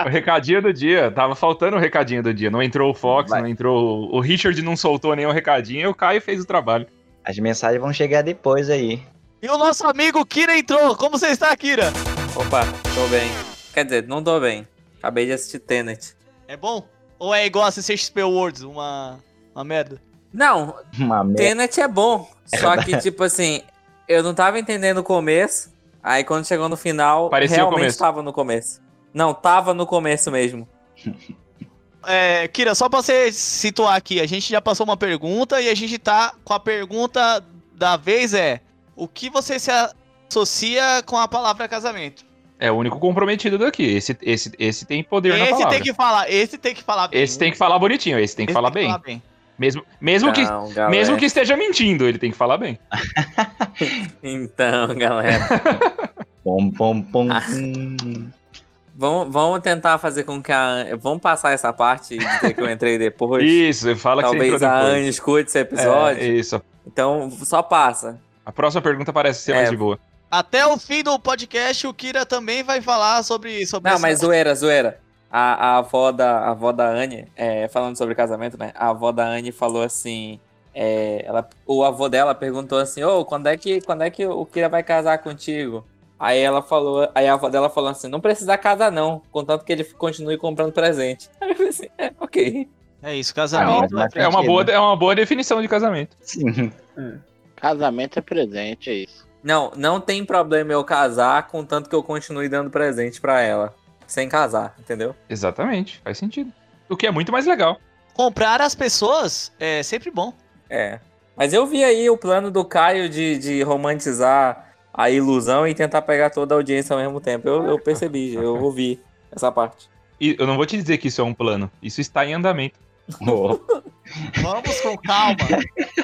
S2: O recadinho do dia. Tava faltando o recadinho do dia. Não entrou o Fox,
S5: Vai.
S2: não entrou. O Richard não soltou nenhum recadinho e o Caio fez o trabalho.
S5: As mensagens vão chegar depois aí.
S3: E o nosso amigo Kira entrou. Como você está, Kira?
S6: Opa, tô bem. Quer dizer, não tô bem. Acabei de assistir Tenet.
S3: É bom? Ou é igual a CCXP Worlds, uma, uma merda?
S6: Não,
S5: Uma merda.
S6: Tenet é bom. Só que, tipo assim, eu não tava entendendo o começo. Aí quando chegou no final,
S2: Parecia o
S6: realmente
S2: começo.
S6: tava no começo. Não, tava no começo mesmo.
S3: É, Kira, só pra você situar aqui, a gente já passou uma pergunta e a gente tá com a pergunta da vez é o que você se associa com a palavra casamento?
S2: É o único comprometido daqui. Esse, esse, esse tem poder na
S3: Esse
S2: palavra.
S3: tem que falar, esse tem que falar bem.
S2: Esse tem que falar bonitinho, esse tem que falar bem. Mesmo, mesmo, que,
S6: Então, galera.
S2: mesmo que esteja mentindo, ele tem que falar bem.
S6: Então, galera.
S5: Pom, pom, pom.
S6: Ah.
S5: pom.
S6: vamos, vamos tentar fazer com que a. Vamos passar essa parte e dizer que eu entrei depois.
S2: Isso, fala que você
S6: Talvez
S2: entrou
S6: a
S2: depois.
S6: Anne escute esse
S2: É,
S6: episódio.
S2: isso.
S6: Então, só passa.
S2: A próxima pergunta parece ser mais
S6: É.
S2: de boa.
S3: Até o fim do podcast, o Kira também vai falar sobre sobre
S6: Não,
S3: essa-
S6: mas zoeira, zoeira. A, a avó da, a avó da Anne, é, falando sobre casamento, né? A avó da Anne falou assim. é, ela, o avô dela perguntou assim: Ô, quando, é que, quando é que o Kira vai casar contigo? Aí ela falou, aí a avó dela falou assim: não precisa casar, não, contanto que ele continue comprando presente. Aí eu falei assim, é, ok.
S3: É isso,
S5: Ah, mas
S3: casamento.
S5: mais
S2: É uma,
S5: sentido.
S2: boa, é uma boa definição de casamento.
S5: Sim.
S1: Casamento é presente, é isso.
S6: Não, não tem problema eu casar, contanto que eu continue dando presente pra ela. Sem casar, entendeu?
S2: Exatamente, faz sentido. O que é muito mais legal.
S3: Comprar as pessoas é sempre bom.
S6: É. Mas eu vi aí o plano do Caio de, de romantizar a ilusão e tentar pegar toda a audiência ao mesmo tempo. Eu, eu percebi, eu ouvi essa parte.
S2: E eu não vou te dizer que isso é um plano. Isso está em andamento.
S5: Ó,
S3: Vamos com calma.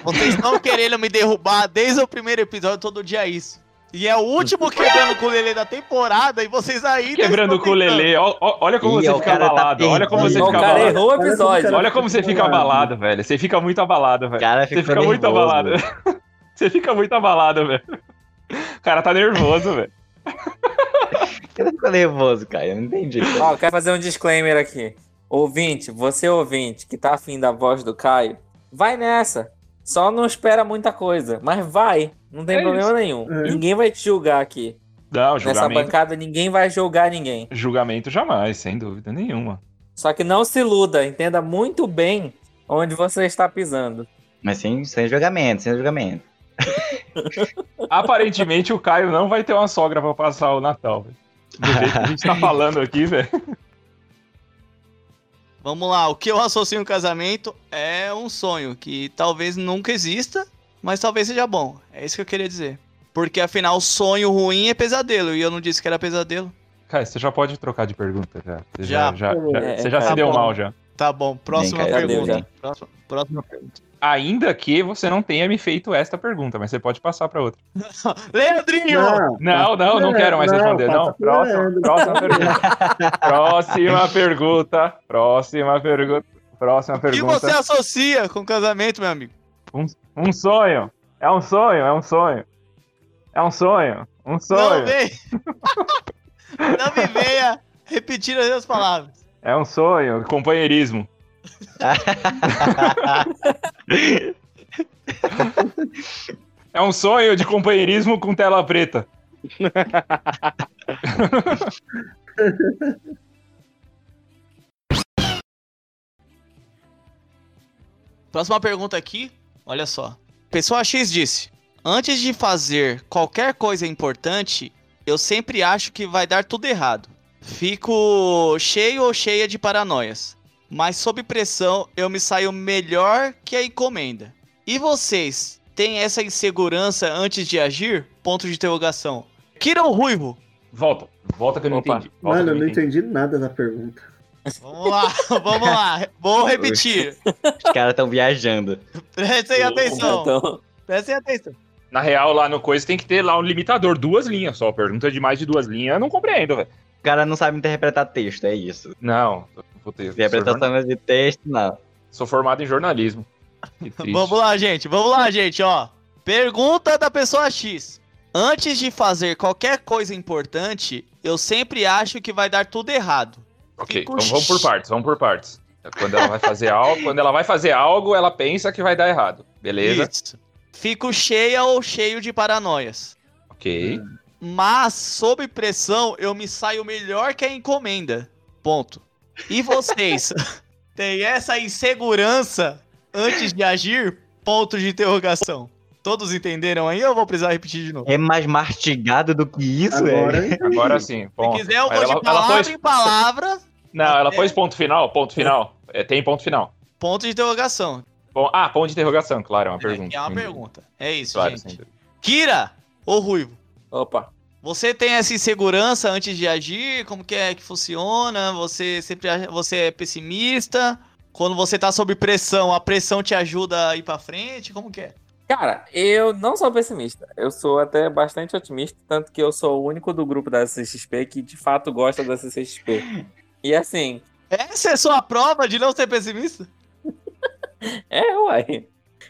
S3: Vocês estão querendo me derrubar desde o primeiro episódio, todo dia é isso. E é o último quebrando com o Lelê da temporada e vocês ainda.
S2: Quebrando
S3: estão
S2: com o Lelê. ó- ó- Olha como
S5: Ih,
S2: você
S5: o
S2: fica
S5: cara tá
S2: abalado. Olha como você
S5: perdido.
S6: Ó, o
S2: fica um
S6: cara
S2: abalado.
S6: errou o episódio.
S2: Olha como você fica abalado, velho. Você fica muito abalado,
S5: o
S2: velho.
S5: cara
S2: Você
S5: ficou
S2: fica muito
S5: nervoso.
S2: abalado. Você fica muito abalado, velho. O cara tá nervoso, velho.
S5: Por que Ele ficou nervoso, cara. Eu não entendi.
S6: Ó, eu quero fazer um disclaimer aqui. Ouvinte, você ouvinte que tá afim da voz do Caio, vai nessa. Só não espera muita coisa, mas vai. Não tem
S2: É
S6: problema nenhum.
S4: É.
S6: Ninguém vai te julgar aqui.
S2: Não,
S6: Nessa
S2: julgamento.
S6: bancada, ninguém vai julgar ninguém.
S2: Julgamento jamais, sem dúvida nenhuma.
S6: Só que não se iluda, entenda muito bem onde você está pisando.
S5: Mas sem, sem julgamento, sem julgamento.
S2: Aparentemente o Caio não vai ter uma sogra pra passar o Natal, velho. Do jeito que a gente tá falando aqui, velho.
S3: Vamos lá, o que eu associo ao casamento é um sonho que talvez nunca exista, mas talvez seja bom. É isso que eu queria dizer. Porque afinal, sonho ruim é pesadelo, e eu não disse que era pesadelo.
S2: Cara, você já pode trocar de pergunta, já. Você já,
S3: Já.
S2: já, já-
S6: É,
S2: você já
S6: tá
S2: se deu
S3: bom.
S2: mal, já.
S3: Tá bom, próxima
S5: Vem cá,
S6: cadê o
S3: pergunta.
S5: Zé?
S3: Próxima, próxima pergunta.
S2: Ainda que você não tenha me feito esta pergunta, mas você pode passar pra outra.
S3: Leandrinho!
S2: Não, não, não
S4: É,
S2: quero mais
S4: não,
S2: responder,
S4: passa
S2: não.
S4: pro
S2: Próxima,
S4: Leandro.
S2: próxima pergunta. Próxima pergunta. Próxima pergunta. Próxima
S3: O que você é-
S2: pergunta.
S3: associa com casamento, meu amigo?
S2: Um sonho. É um sonho, é um sonho. É um sonho. Um
S3: Não
S2: sonho.
S3: vem! não me venha repetir as mesmas palavras.
S2: É um sonho. Companheirismo. É um sonho de companheirismo com tela preta.
S3: Próxima pergunta aqui, olha só. Pessoa X disse: Antes de fazer qualquer coisa importante, eu sempre acho que vai dar tudo errado. Fico cheio ou cheia de paranoias. Mas sob pressão eu me saio melhor que a encomenda. E vocês têm essa insegurança antes de agir? Ponto de interrogação. Kiron Ruivo.
S2: Volta. Volta que eu não
S6: Opa.
S2: entendi. Volta
S4: Mano,
S2: que
S4: eu
S2: eu
S4: não entendi nada da pergunta.
S3: Vamos lá, vamos lá. Vou repetir.
S5: Os caras estão viajando.
S3: Prestem atenção.
S6: Então,
S3: Prestem atenção.
S2: Na real, lá no Coisa tem que ter lá um limitador, duas linhas só. Pergunta de mais de duas linhas, eu não compreendo, velho.
S5: O cara não sabe interpretar texto, é isso.
S2: Não, eu vou ter. Sou, jorna-
S5: Interpretação de texto, não.
S2: sou formado em jornalismo. Que triste.
S3: Vamos lá, gente. Vamos lá, gente, ó. Pergunta da pessoa X. Antes de fazer qualquer coisa importante, eu sempre acho que vai dar tudo errado.
S2: Ok,
S3: Fico
S2: então vamos por partes, vamos por partes. Quando ela vai fazer algo, quando ela vai fazer algo, ela pensa que vai dar errado. Beleza?
S3: Isso. Fico cheia ou cheio de paranoias.
S2: Ok.
S3: Mas, sob pressão, eu me saio melhor que a encomenda. Ponto. E vocês? Tem essa insegurança antes de agir? Ponto de interrogação. Todos entenderam aí? Eu vou precisar repetir de novo.
S5: É mais mastigado do que isso, é?
S4: Agora
S5: velho.
S4: entendi.
S2: Agora sim. Ponto.
S3: Se quiser, eu
S2: Mas
S3: vou
S2: ela,
S3: de
S2: ela
S3: palavra
S2: pôs-
S3: em palavra.
S2: Não, ela pôs ponto final, ponto final. É, tem ponto final.
S3: Ponto de interrogação.
S2: Bom, ah, ponto de interrogação, claro, é uma pergunta.
S3: É, é uma pergunta. É isso,
S2: Claro, sem
S3: gente.
S2: dúvida.
S3: Kira, ô Ruivo,
S6: opa.
S3: você tem essa insegurança antes de agir? Como que é que funciona? Você sempre acha- você é pessimista? Quando você tá sob pressão, a pressão te ajuda a ir pra frente? Como que é?
S6: Cara, eu não sou pessimista. Eu sou até bastante otimista, tanto que eu sou o único do grupo da CXP que de fato gosta da CXP. E assim,
S3: Essa é sua prova de não ser pessimista?
S6: É, uai.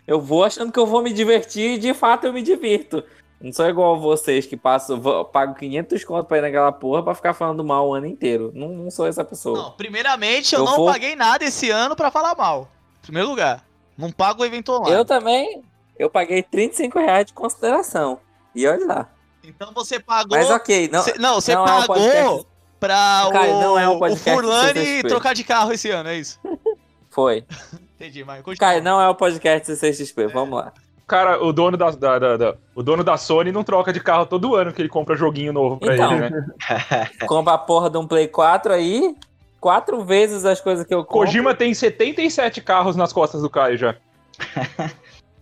S6: Eu vou achando que eu vou me divertir e de fato eu me divirto. Não sou igual a vocês que passam, vou- pago 500 conto pra ir naquela porra pra ficar falando mal o ano inteiro. Não, não sou essa pessoa.
S3: Não, primeiramente, eu,
S6: Eu
S3: não
S6: vou-
S3: paguei nada esse ano pra falar mal. Em primeiro lugar. Não é. pago o evento online.
S6: eu também, eu paguei 35 reais de consideração. E olha lá.
S3: Então você pagou.
S6: Mas ok, não,
S3: Cê- não, você
S6: não é um
S3: pagou
S6: podcast.
S3: pra
S6: Caio,
S3: o,
S6: não é um
S3: o
S6: podcast
S3: Furlane
S6: CCXP.
S3: trocar de carro esse ano, é isso?
S6: Foi.
S3: Entendi, mas continua.
S6: Caio, não é o podcast 16xp, vamos lá.
S2: o cara, o dono da, da- da- da- o dono da Sony não troca de carro todo ano que ele compra joguinho novo pra
S6: Então.
S2: ele, né?
S6: Compra a porra de um Play 4 aí, quatro vezes as coisas que eu compro.
S2: Kojima tem 77 carros nas costas do Caio já.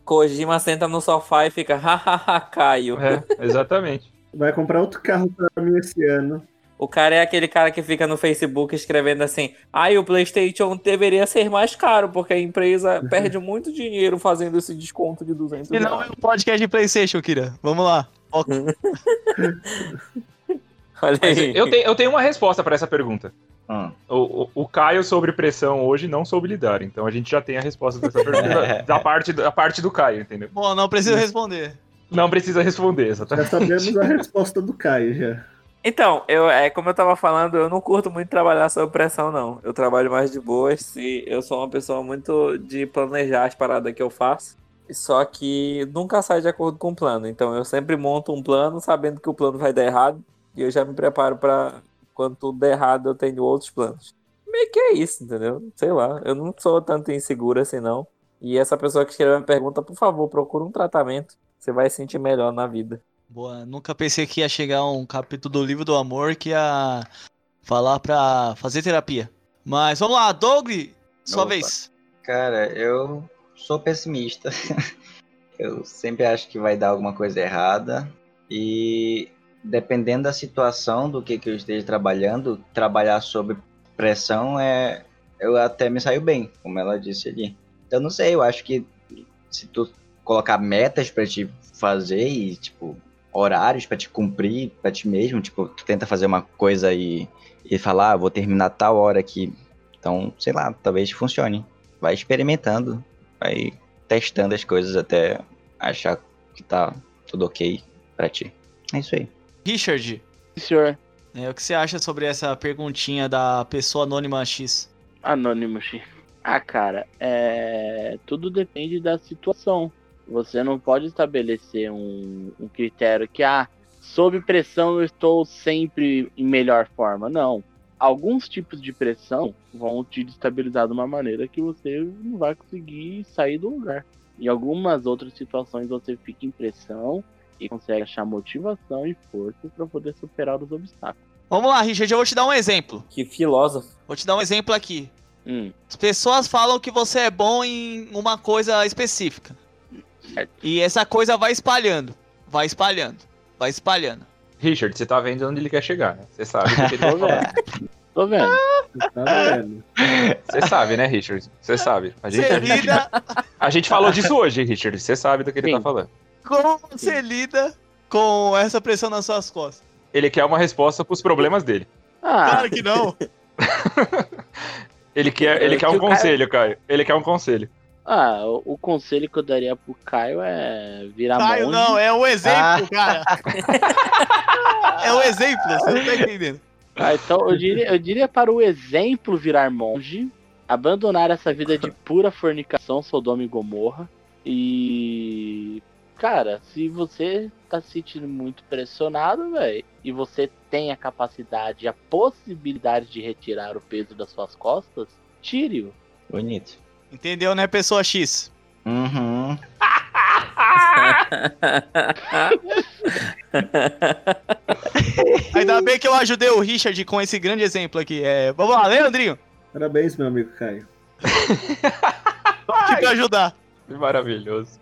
S6: Kojima senta no sofá e fica, hahaha, Caio.
S2: É, exatamente.
S4: Vai comprar outro carro pra mim esse ano.
S6: O cara é aquele cara que fica no Facebook escrevendo assim: ai, o PlayStation deveria ser mais caro, porque a
S2: Uhum.
S6: empresa perde muito dinheiro fazendo esse desconto de 200
S3: E não é
S6: reais."
S3: um podcast de PlayStation, Kira. Vamos lá.
S6: Olha
S2: Mas
S6: aí.
S2: eu, tenho, eu tenho uma resposta pra essa pergunta.
S5: Hum.
S2: O, o- o Caio sobre pressão hoje não soube lidar, então a gente já tem a resposta dessa pergunta da, parte, da parte do Caio, entendeu?
S3: Bom, não preciso responder.
S2: Não precisa responder, exatamente.
S4: Já sabemos a resposta do Caio já.
S6: Então, eu, é, como eu tava falando, eu não curto muito trabalhar sob pressão, não. Eu trabalho mais de boas se eu sou uma pessoa muito de planejar as paradas que eu faço. Só que nunca sai de acordo com o plano. Então eu sempre monto um plano sabendo que o plano vai dar errado. E eu já me preparo pra quando tudo der errado, eu tenho outros planos. Meio que é isso, entendeu? Sei lá. Eu não sou tanto inseguro assim, não. E essa pessoa que escreveu a pergunta, por favor, procura um tratamento. Você vai se sentir melhor na vida.
S3: Boa, nunca pensei que ia chegar um capítulo do livro do amor que ia falar pra fazer terapia. Mas vamos lá, Doug, sua
S5: Opa.
S3: vez.
S5: Cara, eu sou pessimista. eu sempre acho que vai dar alguma coisa errada. E dependendo da situação do que, que eu esteja trabalhando, trabalhar sob pressão é. Eu até me saio bem, como ela disse ali. Eu não sei, eu acho que se tu colocar metas pra te fazer e, tipo, horários pra te cumprir, pra ti mesmo, tipo, tu tenta fazer uma coisa e, e falar, ah, vou terminar tal hora aqui. Então, sei lá, talvez funcione vai experimentando, vai testando as coisas até achar que tá tudo ok pra ti. É isso aí.
S3: Richard,
S1: Senhor
S3: né, o que você acha sobre essa perguntinha da pessoa anônima X?
S1: Anônimo, Xi. Ah, cara, é... tudo depende da situação. Você não pode estabelecer um, um critério que, ah, sob pressão eu estou sempre em melhor forma. Não. Alguns tipos de pressão vão te destabilizar de uma maneira que você não vai conseguir sair do lugar. Em algumas outras situações você fica em pressão e consegue achar motivação e força para poder superar os obstáculos.
S3: Vamos lá, Richard, eu vou te dar um exemplo.
S6: Que filósofo.
S3: Vou te dar um exemplo aqui.
S1: Hum,
S3: As pessoas falam que você é bom em uma coisa específica.
S1: Certo.
S3: E essa coisa vai espalhando, vai espalhando, vai espalhando.
S2: Richard, você tá vendo onde ele quer chegar, né? Você sabe o que ele tá
S1: tô
S2: falando.
S1: vendo. tô vendo.
S4: Tá vendo?
S2: Você sabe, né, Richard? Você sabe. A gente, é
S3: Você
S2: a, gente,
S3: lida,
S2: a gente falou disso hoje, Richard. Você sabe do que ele
S1: Sim.
S2: tá falando.
S3: como você lida com essa pressão nas suas costas?
S2: Ele quer uma resposta pros problemas dele.
S1: Ah,
S3: Claro que não.
S2: Ele quer, ele
S6: É,
S2: quer
S6: que
S2: um
S6: o cara-
S2: conselho, Caio. Ele quer um conselho.
S1: Ah, o, o conselho que eu daria pro Caio é virar
S3: Caio,
S1: monge.
S3: não, é um exemplo,
S5: Ah.
S3: cara. é um exemplo, você não tá entendendo.
S1: Ah, então eu diria, eu diria para o exemplo virar monge, abandonar essa vida de pura fornicação, Sodoma e Gomorra. E cara, se você tá se sentindo muito pressionado, velho, e você tem a capacidade, a possibilidade de retirar o peso das suas costas, tire-o.
S5: Bonito.
S3: Entendeu, né, pessoa X?
S5: Uhum.
S3: Ainda bem que eu ajudei o Richard com esse grande exemplo aqui. É, vamos lá, Leandrinho,
S4: Parabéns, meu amigo Caio.
S3: que pra ajudar.
S2: Maravilhoso.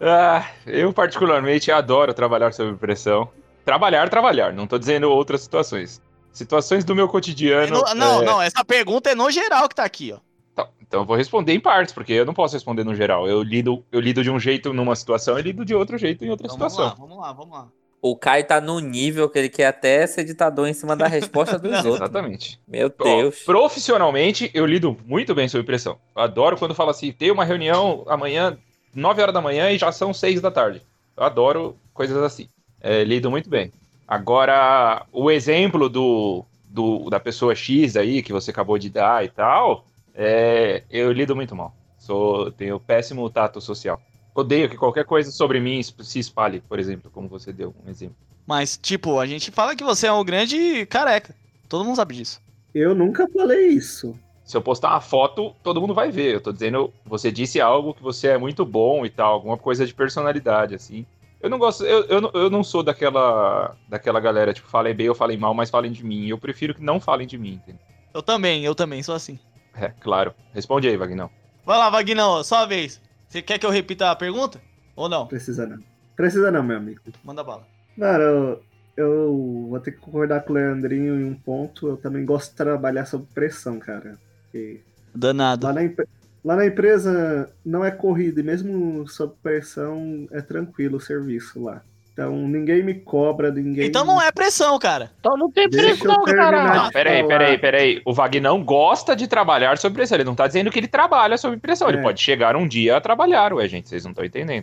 S2: Ah, eu, particularmente, adoro trabalhar sob pressão. Trabalhar, trabalhar. Não tô dizendo outras situações. Situações do meu
S3: É
S2: cotidiano.
S3: no- não,
S2: é,
S3: não, essa pergunta é no geral que tá aqui, ó.
S2: Tá, então eu vou responder em partes, porque eu não posso responder no geral. Eu lido, eu lido de um jeito numa situação e lido de outro jeito em outra
S3: Então, vamos
S2: situação.
S3: lá, vamos lá, vamos lá.
S6: O Caio tá num nível que ele quer até ser ditador em cima da resposta dos outros.
S2: Exatamente.
S6: Meu
S2: Ó,
S6: Deus.
S2: profissionalmente, eu lido muito bem sob pressão. Eu Adoro quando fala assim, tem uma reunião amanhã, 9 horas da manhã e já são 6 da tarde. Eu adoro coisas assim. É, lido muito bem. Agora, o exemplo do, do- da pessoa X aí, que você acabou de dar e tal, é, eu lido muito mal. Sou, tenho péssimo tato social. Odeio que qualquer coisa sobre mim es- se espalhe, por exemplo, como você deu um exemplo.
S3: Mas, tipo, a gente fala que você é um grande careca. Todo mundo sabe disso.
S4: Eu nunca falei isso.
S2: se eu postar uma foto, todo mundo vai ver. Eu tô dizendo, você disse algo que você é muito bom e tal, alguma coisa de personalidade, assim. Eu não gosto, eu, eu, não- eu não sou daquela daquela galera, tipo, falem bem ou falem mal, mas falem de mim. Eu prefiro que não falem de mim, entendeu?
S3: Eu também, eu também, sou assim.
S2: É, claro. Responde aí, Vagnão.
S3: Vai lá, Vagnão, só a vez. Você quer que eu repita a pergunta? Ou não?
S4: Precisa não. Precisa não, meu amigo.
S3: Manda bala.
S4: Cara, eu, eu vou ter que concordar com o Leandrinho em um ponto. Eu também gosto de trabalhar sob pressão, cara. Porque
S3: Danado.
S4: lá, na empre- lá na empresa não é corrida e mesmo sob pressão é tranquilo o serviço lá. Então ninguém me cobra, ninguém.
S3: Então não é pressão, cara.
S1: Então não tem
S4: Deixa
S1: pressão,
S4: eu terminar
S1: cara.
S2: Não, peraí,
S4: falar.
S2: peraí, peraí. O Vagnão gosta de trabalhar sob pressão. Ele não tá dizendo que ele trabalha sob pressão. Ele
S4: É.
S2: pode chegar um dia a trabalhar, ué, gente. Vocês não estão entendendo.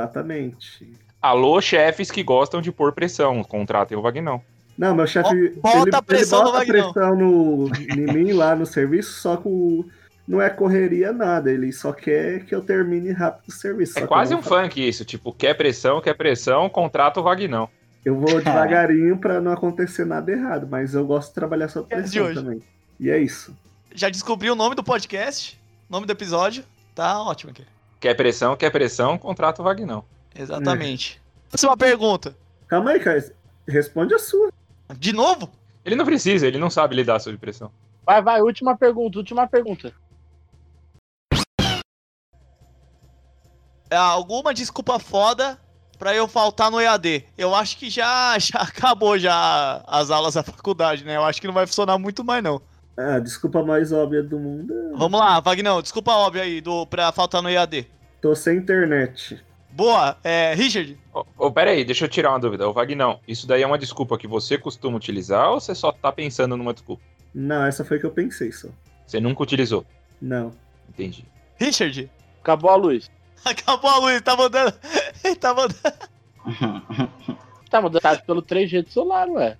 S4: Exatamente.
S2: Alô, chefes que gostam de pôr pressão. Contratem o Vagnão.
S4: Não, meu chefe.
S3: Bota a pressão
S4: bota
S3: no
S4: a
S3: Vagnão.
S4: pressão no, em mim lá no serviço, só que o- não é correria nada. Ele só quer que eu termine rápido o serviço. só
S2: É
S4: que
S2: quase
S4: eu
S2: um
S4: vou-
S2: funk isso. Tipo, quer pressão, quer pressão, contrata o Vagnão.
S4: Eu vou devagarinho pra não acontecer nada errado, mas eu gosto de trabalhar sob
S3: É de
S4: pressão
S3: hoje.
S4: também. E é isso.
S3: Já descobri o nome do podcast, nome do episódio. Tá ótimo aqui.
S2: Quer pressão, quer pressão, contrata o Vagnão.
S3: Exatamente. Próxima pergunta.
S4: Calma aí, cara. Responde a sua.
S3: De novo?
S2: Ele não precisa, ele não sabe lidar sob pressão.
S1: Vai, vai, última pergunta, última pergunta.
S3: É, Alguma desculpa foda pra eu faltar no EAD. Eu acho que já, já acabou já as aulas da faculdade, né? Eu acho que não vai funcionar muito mais, não.
S4: Ah, desculpa mais óbvia do mundo.
S3: Vamos lá, Vagnão. Desculpa óbvio aí do, pra faltar no EAD.
S4: Tô sem internet.
S3: Boa. É, Richard,
S2: Ô, ô, peraí, deixa eu tirar uma dúvida. Ô, Vagnão, isso daí é uma desculpa que você costuma utilizar ou você só tá pensando numa desculpa?
S4: Não, essa foi que eu pensei só.
S2: Você nunca utilizou.
S4: Não.
S2: Entendi.
S3: Richard,
S1: Acabou a luz.
S3: acabou a luz, tá mandando. Ele tá mandando.
S1: Tá mudando tá pelo 3G do celular, ué.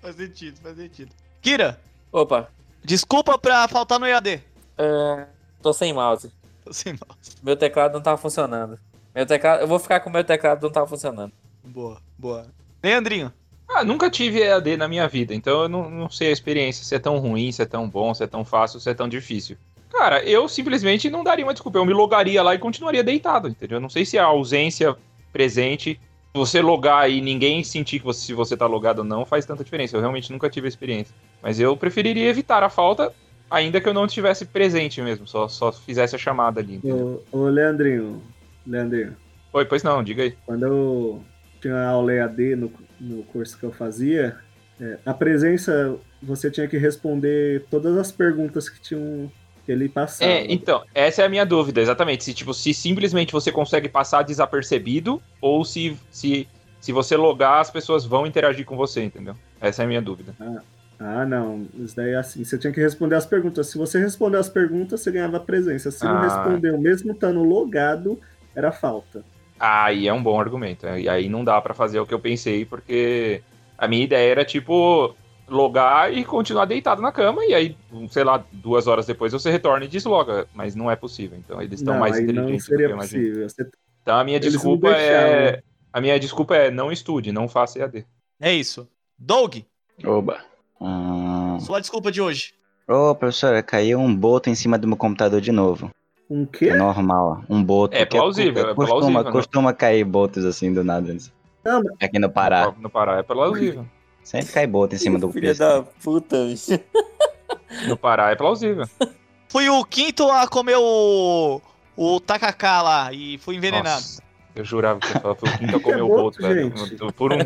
S3: Faz sentido, faz sentido. Kira,
S6: Opa,
S3: desculpa pra faltar no EAD.
S6: é, tô sem mouse.
S3: Tô sem mouse.
S6: Meu teclado não tá funcionando. Meu teclado, eu vou ficar com o meu teclado não tá funcionando.
S3: Boa, boa. Leandrinho,
S2: Ah, nunca tive EAD na minha vida, então eu não, não sei a experiência se é tão ruim, se é tão bom, se é tão fácil, se é tão difícil. Cara, eu simplesmente não daria uma desculpa, eu me logaria lá e continuaria deitado, entendeu? Eu Não sei se a ausência presente, você logar e ninguém sentir que você, se você tá logado ou não, faz tanta diferença. Eu realmente nunca tive a experiência. Mas eu preferiria evitar a falta, ainda que eu não estivesse presente mesmo, só, só fizesse a chamada ali. entendeu?
S4: Ô, ô, Leandrinho. Leandrinho,
S2: Oi, pois não, diga aí.
S4: quando eu tinha aula EAD no, no curso que eu fazia, é, a presença, você tinha que responder todas as perguntas que tinham que ele passava.
S2: É, então, essa é a minha dúvida, exatamente. Se, tipo, se simplesmente você consegue passar desapercebido ou se, se, se você logar, as pessoas vão interagir com você, entendeu? Essa é a minha dúvida.
S4: Ah, não. Isso daí é assim. Você tinha que responder as perguntas. Se você responder as perguntas, você ganhava presença. Se não
S2: Ah.
S4: respondeu, mesmo estando logado, era falta.
S2: Aí é um bom argumento. E aí não dá pra fazer o que eu pensei, porque a minha ideia era, tipo, logar e continuar deitado na cama, e aí, sei lá, duas horas depois você retorna e desloga. Mas não é possível. Então eles estão
S4: não,
S2: mais
S4: aí não
S2: inteligentes do que eu
S4: seria
S2: imaginei.
S4: possível. Você- tá
S2: Então a minha
S4: Eles não
S2: desculpa
S4: deixaram. né?
S2: é. A minha desculpa é não estude, não faça EAD.
S3: é isso. Doug,
S5: Oba. Hum.
S3: sua desculpa de hoje.
S5: Ô, professora, caiu um boto em cima do meu computador de novo.
S4: Um
S5: É
S4: quê?
S5: normal, um boto.
S2: É
S5: que
S2: plausível, é
S5: costuma,
S2: plausível, né?
S5: Costuma cair botos assim do nada.
S4: Não,
S5: Aqui no Pará.
S2: No Pará é plausível.
S5: Sempre cai boto em cima do
S6: Filha da puta, bicho.
S2: No Pará é plausível.
S3: Fui o quinto a comer o. o tacacá lá e fui envenenado.
S2: Nossa, eu jurava que você falava, foi o quinto a comer
S4: É
S2: o
S4: boto,
S2: boto, velho.
S4: gente.
S2: Eu- Por um,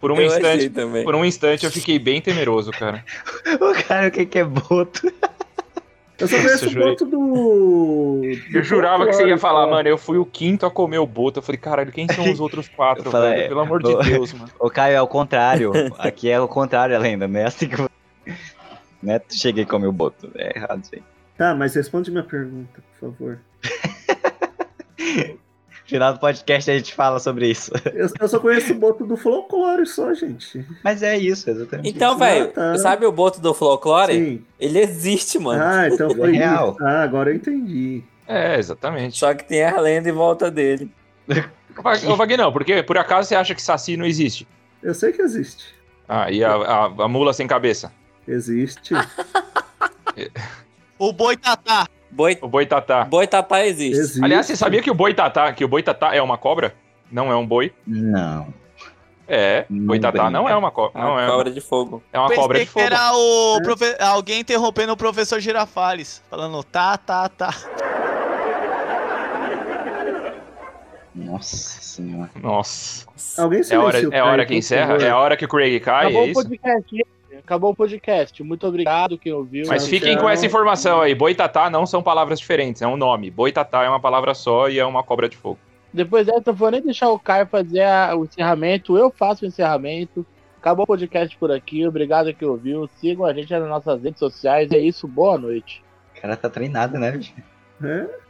S2: por um
S6: eu
S2: instante.
S6: achei também.
S2: Por um instante eu fiquei bem temeroso, cara.
S5: O cara, o que que é boto?
S4: Eu só
S2: Nossa,
S4: conheço
S2: eu
S4: o
S2: jurei.
S4: ponto do.
S2: Eu
S4: do
S2: jurava que você ia
S4: folclore,
S2: falar,
S4: cara.
S2: mano, eu fui o quinto a comer o boto. Eu falei, caralho, quem são os outros quatro,
S5: Eu falei,
S2: velho? Pelo amor de
S5: eu-
S2: Deus, mano.
S5: Ô, Caio, é o contrário. Aqui é o contrário a lenda, né? Assim que... Né? Tu chega e come o boto. É errado, gente.
S4: Tá, mas responde minha pergunta, por favor.
S5: Final do podcast a gente fala sobre isso.
S4: Eu, eu só conheço o boto do folclore só, gente.
S5: Mas é isso, exatamente.
S6: Então, velho,
S4: Ah, tá.
S6: sabe o boto do folclore?
S4: Sim.
S6: Ele existe, mano.
S4: Ah, então foi isso.
S5: real.
S4: Ah, agora eu entendi.
S2: É, exatamente.
S6: Só que tem a lenda em volta dele.
S2: Vag- Ô, Vagnão, porque por acaso você acha que Saci não existe?
S4: Eu sei que existe.
S2: Ah, e a, a- a mula sem cabeça?
S4: Existe.
S3: O boitatá.
S6: Boi,
S2: O boitatá.
S6: boitatá existe.
S4: Existe.
S2: Aliás, você sabia que o boitatá, que o boitatá é uma cobra? Não é um boi?
S5: Não.
S2: É,
S5: Não
S2: boitatá
S5: brinca.
S2: não é uma cobra, não
S6: Uma
S2: é,
S6: cobra de fogo.
S2: é uma
S3: Pensei
S2: cobra de
S3: que
S2: fogo.
S3: era o profe- alguém interrompendo o professor Girafales. Falando tá, tá, tá.
S5: Nossa senhora.
S2: Nossa.
S4: Alguém
S2: É hora,
S4: silencia
S2: é
S4: o
S2: hora
S4: Caio,
S2: que
S4: por
S2: encerra?
S4: favor.
S2: É a hora que o Craig cai,
S1: Acabou
S2: é
S1: o
S2: isso?
S1: podcast. gente. Acabou o podcast. Muito obrigado quem ouviu. Então,
S2: Mas
S4: Tchau,
S2: fiquem
S4: tchau.
S2: com essa informação aí. Boitatá não são palavras diferentes, é um nome. Boitatá é uma palavra só e é uma cobra de fogo.
S1: Depois dessa, eu vou nem deixar o Caio fazer a- o encerramento. Eu faço o encerramento. Acabou o podcast por aqui. Obrigado quem ouviu. Sigam a gente nas nossas redes sociais. É isso. Boa noite.
S5: O cara tá treinado, né, bicho?
S4: É?